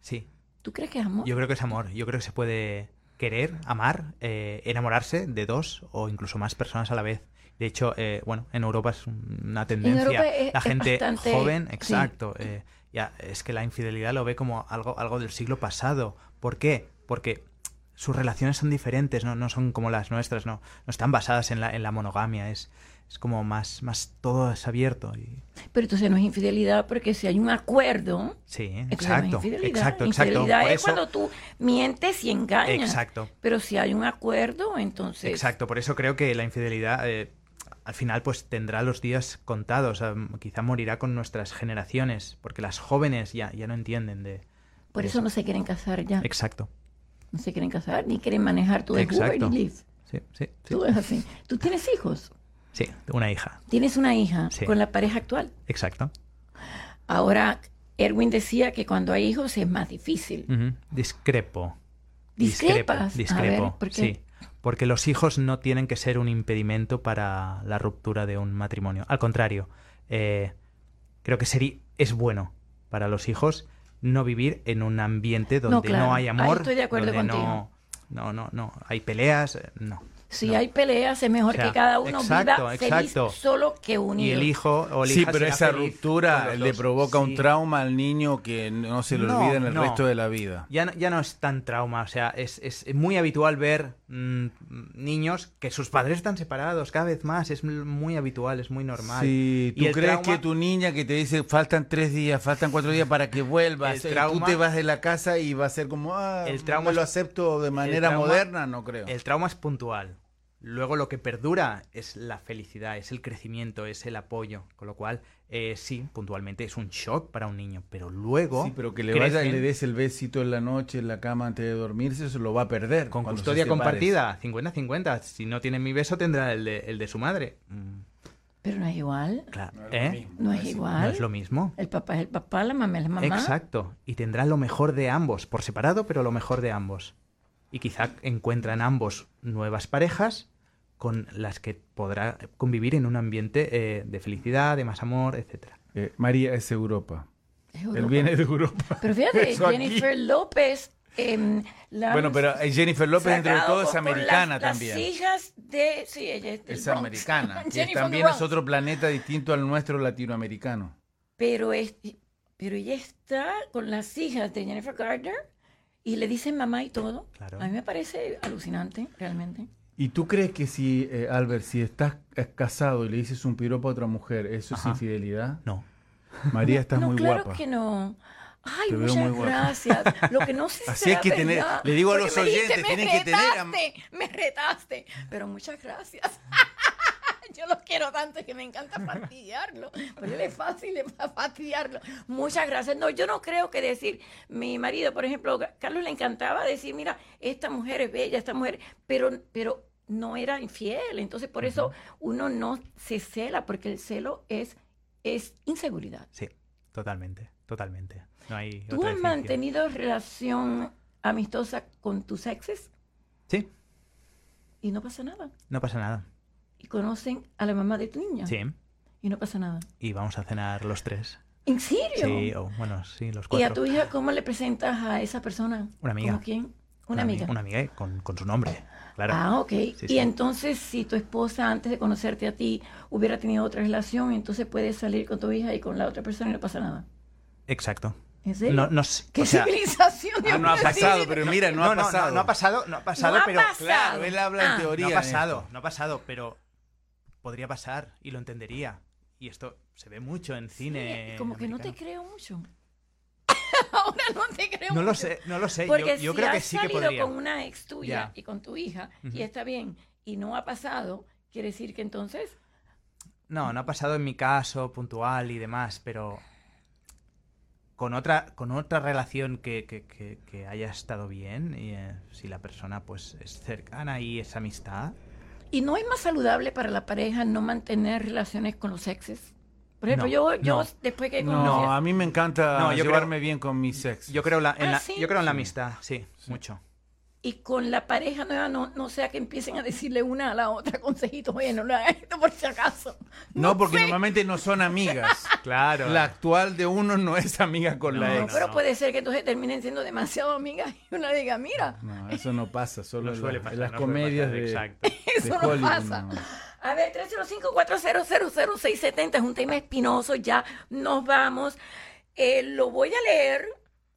[SPEAKER 3] Sí.
[SPEAKER 2] ¿Tú crees que es amor?
[SPEAKER 3] Yo creo que es amor. Yo creo que se puede querer, amar, eh, enamorarse de dos o incluso más personas a la vez. De hecho, eh, bueno, en Europa es una tendencia.
[SPEAKER 2] Europa e-, es-
[SPEAKER 3] la
[SPEAKER 2] es
[SPEAKER 3] gente
[SPEAKER 2] bastante-
[SPEAKER 3] joven,
[SPEAKER 2] sí.
[SPEAKER 3] exacto. eh, ya, es que la infidelidad lo ve como algo, algo del siglo pasado. ¿Por qué? Porque sus relaciones son diferentes, no, no son como las nuestras, no, no están basadas en la, en la monogamia. Es, es como más, más todo es abierto. Y,
[SPEAKER 2] Pero entonces no es infidelidad porque si hay un acuerdo,
[SPEAKER 3] sí,
[SPEAKER 2] entonces
[SPEAKER 3] exacto.
[SPEAKER 2] no es infidelidad.
[SPEAKER 3] Exacto, exacto.
[SPEAKER 2] infidelidad
[SPEAKER 3] Por
[SPEAKER 2] es
[SPEAKER 3] eso-
[SPEAKER 2] cuando tú mientes y engañas.
[SPEAKER 3] exacto.
[SPEAKER 2] Pero si hay un acuerdo, entonces...
[SPEAKER 3] Exacto, por eso creo que la infidelidad eh, al final pues tendrá los días contados, ah, quizá morirá con nuestras generaciones, porque las jóvenes ya, ya no entienden de...
[SPEAKER 2] Por eso no se quieren casar ya.
[SPEAKER 3] Exacto,
[SPEAKER 2] No se quieren casar ni quieren manejar tu
[SPEAKER 3] Exacto.
[SPEAKER 2] Uber y Lyft.
[SPEAKER 3] sí, sí, sí.
[SPEAKER 2] Tú es así. Tú tienes hijos.
[SPEAKER 3] Sí, una hija,
[SPEAKER 2] Tienes una hija
[SPEAKER 3] Sí.
[SPEAKER 2] con la pareja actual.
[SPEAKER 3] exacto.
[SPEAKER 2] Ahora, Erwin decía que cuando hay hijos es más difícil.
[SPEAKER 3] Ujú, Discrepo.
[SPEAKER 2] Discrepas.
[SPEAKER 3] Discrepo,
[SPEAKER 2] A ver, ¿por qué?
[SPEAKER 3] sí. Porque los hijos no tienen que ser un impedimento para la ruptura de un matrimonio. Al contrario, eh, creo que sería, es bueno para los hijos no vivir en un ambiente donde no,
[SPEAKER 2] claro.
[SPEAKER 3] hay
[SPEAKER 2] Ahí
[SPEAKER 3] amor.
[SPEAKER 2] estoy de acuerdo
[SPEAKER 3] donde
[SPEAKER 2] contigo.
[SPEAKER 3] No, no, no, no. Hay peleas, eh, no.
[SPEAKER 2] Si
[SPEAKER 3] No.
[SPEAKER 2] hay peleas, es mejor
[SPEAKER 3] O sea,
[SPEAKER 2] que cada uno
[SPEAKER 3] exacto,
[SPEAKER 2] viva feliz
[SPEAKER 3] exacto.
[SPEAKER 2] solo que unido.
[SPEAKER 3] Y el hijo o la
[SPEAKER 4] Sí,
[SPEAKER 3] hija
[SPEAKER 4] pero
[SPEAKER 3] será
[SPEAKER 4] esa
[SPEAKER 3] feliz
[SPEAKER 4] ruptura
[SPEAKER 3] con los
[SPEAKER 4] le
[SPEAKER 3] dos.
[SPEAKER 4] provoca un
[SPEAKER 3] Sí.
[SPEAKER 4] trauma al niño que no se le
[SPEAKER 3] No,
[SPEAKER 4] olvida en el
[SPEAKER 3] no.
[SPEAKER 4] resto de la vida.
[SPEAKER 3] Ya no, ya no es tan trauma, o sea, es, es muy habitual ver mm, niños que sus padres están separados cada vez más, es muy habitual, es muy normal.
[SPEAKER 4] Si
[SPEAKER 3] Y
[SPEAKER 4] tú
[SPEAKER 3] el
[SPEAKER 4] crees
[SPEAKER 3] trauma-
[SPEAKER 4] que tu niña que te dice faltan tres días, faltan cuatro días para que vuelvas,
[SPEAKER 3] El
[SPEAKER 4] eh,
[SPEAKER 3] trauma-
[SPEAKER 4] tú te vas de la casa y va a ser como, ah,
[SPEAKER 3] El
[SPEAKER 4] no
[SPEAKER 3] trauma-
[SPEAKER 4] lo acepto de manera
[SPEAKER 3] trauma-
[SPEAKER 4] moderna, no creo.
[SPEAKER 3] El trauma es puntual. Luego lo que perdura es la felicidad, es el crecimiento, es el apoyo. Con lo cual, eh, sí, puntualmente es un shock para un niño, pero luego...
[SPEAKER 4] Sí, pero que le
[SPEAKER 3] crecen
[SPEAKER 4] vaya y le des el besito en la noche en la cama antes de dormirse, eso lo va a perder.
[SPEAKER 3] Con
[SPEAKER 4] cuando se
[SPEAKER 3] custodia
[SPEAKER 4] separe.
[SPEAKER 3] compartida, 50-50. Si no tiene mi beso, tendrá el de, el de su madre. Mm,
[SPEAKER 2] Pero no es igual.
[SPEAKER 3] claro,
[SPEAKER 4] No es lo
[SPEAKER 3] ¿eh?
[SPEAKER 4] mismo.
[SPEAKER 2] No es
[SPEAKER 3] No
[SPEAKER 2] igual.
[SPEAKER 3] es lo mismo.
[SPEAKER 2] El papá es el papá, la mamá es la mamá.
[SPEAKER 3] Exacto. Y tendrán lo mejor de ambos, por separado, pero lo mejor de ambos. Y quizá encuentran ambos nuevas parejas con las que podrá convivir en un ambiente eh, de felicidad, de más amor, etcétera.
[SPEAKER 4] Eh, María es Europa.
[SPEAKER 2] Es Europa.
[SPEAKER 4] Él viene de Europa.
[SPEAKER 2] Pero fíjate,
[SPEAKER 4] Eso aquí.
[SPEAKER 2] Jennifer López. em, la han
[SPEAKER 4] Bueno, pero eh, Jennifer López, entre
[SPEAKER 2] sacado
[SPEAKER 4] todo, es
[SPEAKER 2] con
[SPEAKER 4] americana
[SPEAKER 2] las-
[SPEAKER 4] también.
[SPEAKER 2] Las hijas de. Sí, ella es. del
[SPEAKER 4] Es
[SPEAKER 2] Bronx.
[SPEAKER 4] americana. que
[SPEAKER 2] Jennifer
[SPEAKER 4] también
[SPEAKER 2] Bronx.
[SPEAKER 4] es otro planeta distinto al nuestro latinoamericano.
[SPEAKER 2] Pero, es, pero ella está con las hijas de Jennifer Gardner y le dicen mamá y todo.
[SPEAKER 3] Claro.
[SPEAKER 2] A mí me parece alucinante, realmente.
[SPEAKER 4] ¿Y tú crees que si, eh, Albert, si estás eh, casado y le dices un piropo a otra mujer, eso
[SPEAKER 3] Ajá.
[SPEAKER 4] es infidelidad?
[SPEAKER 3] No.
[SPEAKER 4] María, estás
[SPEAKER 2] no,
[SPEAKER 4] muy
[SPEAKER 2] claro
[SPEAKER 4] guapa.
[SPEAKER 2] que no. Ay,
[SPEAKER 4] Te veo muy
[SPEAKER 2] muchas
[SPEAKER 4] guapa.
[SPEAKER 2] gracias. Lo que no sé si
[SPEAKER 4] Así hay
[SPEAKER 2] será
[SPEAKER 4] que tener-
[SPEAKER 2] verdad,
[SPEAKER 4] le digo a
[SPEAKER 2] porque
[SPEAKER 4] los
[SPEAKER 2] me dijiste,
[SPEAKER 4] oyentes,
[SPEAKER 2] "Me
[SPEAKER 4] tienen que tener am-
[SPEAKER 2] retaste, Me retaste, pero muchas gracias. yo lo quiero tanto que me encanta fastidiarlo. Pero él es fácil de fa- fastidiarlo. Muchas gracias. No, yo no creo que decir, mi marido, por ejemplo, a Carlos le encantaba decir, mira, esta mujer es bella, esta mujer, pero, pero no era infiel. Entonces, por eso uno no se cela, porque el celo es, es inseguridad.
[SPEAKER 3] Sí, totalmente, totalmente. No hay
[SPEAKER 2] ¿Tú
[SPEAKER 3] otra
[SPEAKER 2] has
[SPEAKER 3] definición.
[SPEAKER 2] mantenido relación amistosa con tus exes
[SPEAKER 3] Sí,
[SPEAKER 2] y no pasa nada?
[SPEAKER 3] no pasa nada.
[SPEAKER 2] Y conocen a la mamá de tu niña
[SPEAKER 3] Sí,
[SPEAKER 2] y no pasa nada.
[SPEAKER 3] y vamos a cenar los tres.
[SPEAKER 2] ¿En serio?
[SPEAKER 3] Sí, o bueno, sí, los
[SPEAKER 2] ¿Y
[SPEAKER 3] cuatro.
[SPEAKER 2] a tu hija cómo le presentas a esa persona?
[SPEAKER 3] Una amiga.
[SPEAKER 2] ¿Como quién? Una, amiga.
[SPEAKER 3] ami- Una amiga eh, con, con su nombre, claro.
[SPEAKER 2] Ah, ok. y
[SPEAKER 3] sí.
[SPEAKER 2] entonces, si tu esposa antes de conocerte a ti hubiera tenido otra relación, entonces puedes salir con tu hija y con la otra persona y no pasa nada.
[SPEAKER 3] Exacto.
[SPEAKER 2] ¿En serio?
[SPEAKER 3] No, no sé,
[SPEAKER 2] ¿Qué
[SPEAKER 3] o sea,
[SPEAKER 2] civilización?
[SPEAKER 4] Ah,
[SPEAKER 2] Dios
[SPEAKER 4] no ha
[SPEAKER 2] mío,
[SPEAKER 4] pasado,
[SPEAKER 2] sí,
[SPEAKER 4] pero mira, no, ha pasado.
[SPEAKER 3] No, ha pasado, no ha pasado,
[SPEAKER 2] No ha
[SPEAKER 3] pero.
[SPEAKER 2] pasado.
[SPEAKER 4] Claro, él habla
[SPEAKER 2] Ah.
[SPEAKER 4] en
[SPEAKER 3] No
[SPEAKER 4] teoría.
[SPEAKER 3] ha
[SPEAKER 4] de esto.
[SPEAKER 3] pasado, no ha pasado, pero podría pasar y lo entendería. Y esto se ve mucho en
[SPEAKER 2] sí,
[SPEAKER 3] cine.
[SPEAKER 2] Como que no te
[SPEAKER 3] americano.
[SPEAKER 2] creo mucho. Ahora no te creo
[SPEAKER 3] No
[SPEAKER 2] mucho.
[SPEAKER 3] lo sé, no lo sé.
[SPEAKER 2] Porque
[SPEAKER 3] yo yo
[SPEAKER 2] si
[SPEAKER 3] creo que
[SPEAKER 2] has
[SPEAKER 3] sí que
[SPEAKER 2] salido
[SPEAKER 3] podría.
[SPEAKER 2] con una ex tuya
[SPEAKER 3] Ya.
[SPEAKER 2] y con tu hija y
[SPEAKER 3] Ujú.
[SPEAKER 2] está bien y no ha pasado, quiere decir que entonces
[SPEAKER 3] No, no ha pasado en mi caso, puntual y demás, pero con otra, con otra relación que, que- que- que haya estado bien, y, eh, si la persona pues es cercana y es amistad.
[SPEAKER 2] ¿Y no es más saludable para la pareja no mantener relaciones con los exes? Por ejemplo,
[SPEAKER 3] No,
[SPEAKER 2] yo, yo
[SPEAKER 3] no.
[SPEAKER 2] después que
[SPEAKER 3] No.
[SPEAKER 2] conocí
[SPEAKER 4] No,
[SPEAKER 2] a-
[SPEAKER 4] a mí me encanta
[SPEAKER 3] No, yo
[SPEAKER 4] llevarme bien con mi sexo.
[SPEAKER 3] Yo creo la- en
[SPEAKER 2] Ah,
[SPEAKER 3] la,
[SPEAKER 2] sí.
[SPEAKER 3] yo creo en la amistad, sí, mucho.
[SPEAKER 2] y con la pareja nueva no, no sea que empiecen a decirle una a la otra consejitos, oye, no lo hagas esto por si acaso.
[SPEAKER 4] No, porque
[SPEAKER 2] sé.
[SPEAKER 4] normalmente no son amigas.
[SPEAKER 3] Claro.
[SPEAKER 4] La actual de uno no es amiga con la
[SPEAKER 3] No,
[SPEAKER 2] No,
[SPEAKER 4] ex.
[SPEAKER 2] pero
[SPEAKER 3] no.
[SPEAKER 2] puede ser que entonces terminen siendo demasiado amigas y una diga, mira,
[SPEAKER 4] No, eso no pasa, solo
[SPEAKER 3] No
[SPEAKER 4] en
[SPEAKER 3] suele
[SPEAKER 4] la-
[SPEAKER 3] pasar,
[SPEAKER 4] en las
[SPEAKER 3] no suele
[SPEAKER 4] comedias
[SPEAKER 3] pasar,
[SPEAKER 4] de,
[SPEAKER 3] Exacto.
[SPEAKER 4] de
[SPEAKER 2] eso no
[SPEAKER 4] Hollywood,
[SPEAKER 2] pasa.
[SPEAKER 4] no.
[SPEAKER 2] A ver, 305-4000670 es un tema espinoso, ya nos vamos. Eh, lo voy a leer,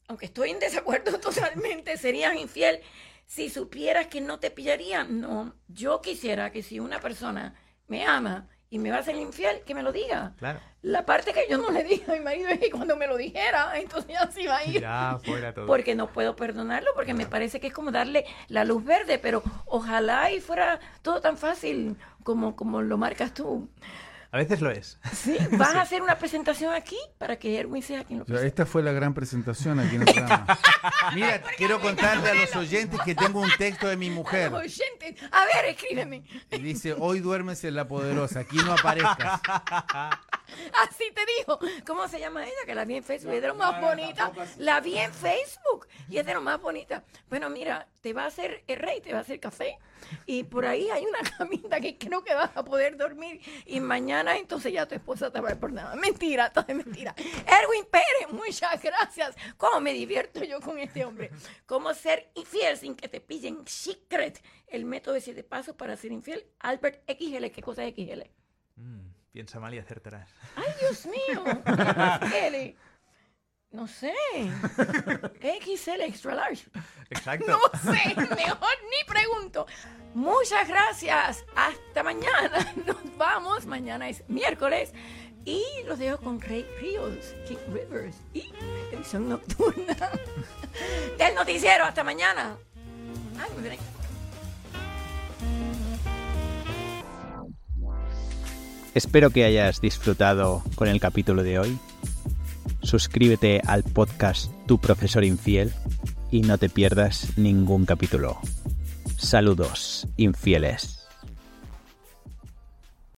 [SPEAKER 2] aunque estoy en desacuerdo totalmente, serías infiel si supieras que no te pillaría. No, yo quisiera que si una persona me ama y me va a ser infiel, que me lo diga.
[SPEAKER 3] Claro.
[SPEAKER 2] La parte que yo no le dije a mi marido es que cuando me lo dijera, entonces ya se iba a ir
[SPEAKER 3] Ya fuera todo.
[SPEAKER 2] porque no puedo perdonarlo, porque me parece que es como darle la luz verde, pero ojalá y fuera todo tan fácil como, como lo marcas tú.
[SPEAKER 3] A veces lo es.
[SPEAKER 2] Sí, vas a hacer una presentación aquí para que Erwin sea quien lo
[SPEAKER 4] O sea,
[SPEAKER 2] presente.
[SPEAKER 4] esta fue la gran presentación aquí en el programa. Mira, quiero contarle a los oyentes que tengo un texto de mi
[SPEAKER 2] A
[SPEAKER 4] mujer.
[SPEAKER 2] los oyentes. A ver, escríbeme.
[SPEAKER 4] Y dice, hoy duermes en la poderosa, aquí no aparezcas.
[SPEAKER 2] Así te dijo. ¿Cómo se llama ella? Que la vi en Facebook. es de lo más bonita. La vi en Facebook y es de lo más bonita. Bueno, mira, te va a hacer el rey, te va a hacer café. Y por ahí hay una camita que creo que vas a poder dormir. Y mañana entonces ya tu esposa te va a ir por nada. Mentira, todo es mentira. Erwin Pérez, muchas gracias. ¿Cómo me divierto yo con este hombre? ¿Cómo ser infiel sin que te pillen? Secret, el método de siete pasos para ser infiel. Albert XL, ¿qué cosa es XL?
[SPEAKER 3] Mm, piensa mal y acertarás.
[SPEAKER 2] Dios mío. XL. No sé. XL extra large.
[SPEAKER 3] Exacto.
[SPEAKER 2] No sé. Mejor ni pregunto. Muchas gracias. Hasta mañana. Nos vamos. Mañana es miércoles. Y los dejo con Ray Rios, King Rivers y edición nocturna del noticiero. Hasta mañana. Ay, me veré.
[SPEAKER 1] Espero que hayas disfrutado con el capítulo de hoy. Suscríbete al podcast Tu Profesor Infiel y no te pierdas ningún capítulo. Saludos, infieles.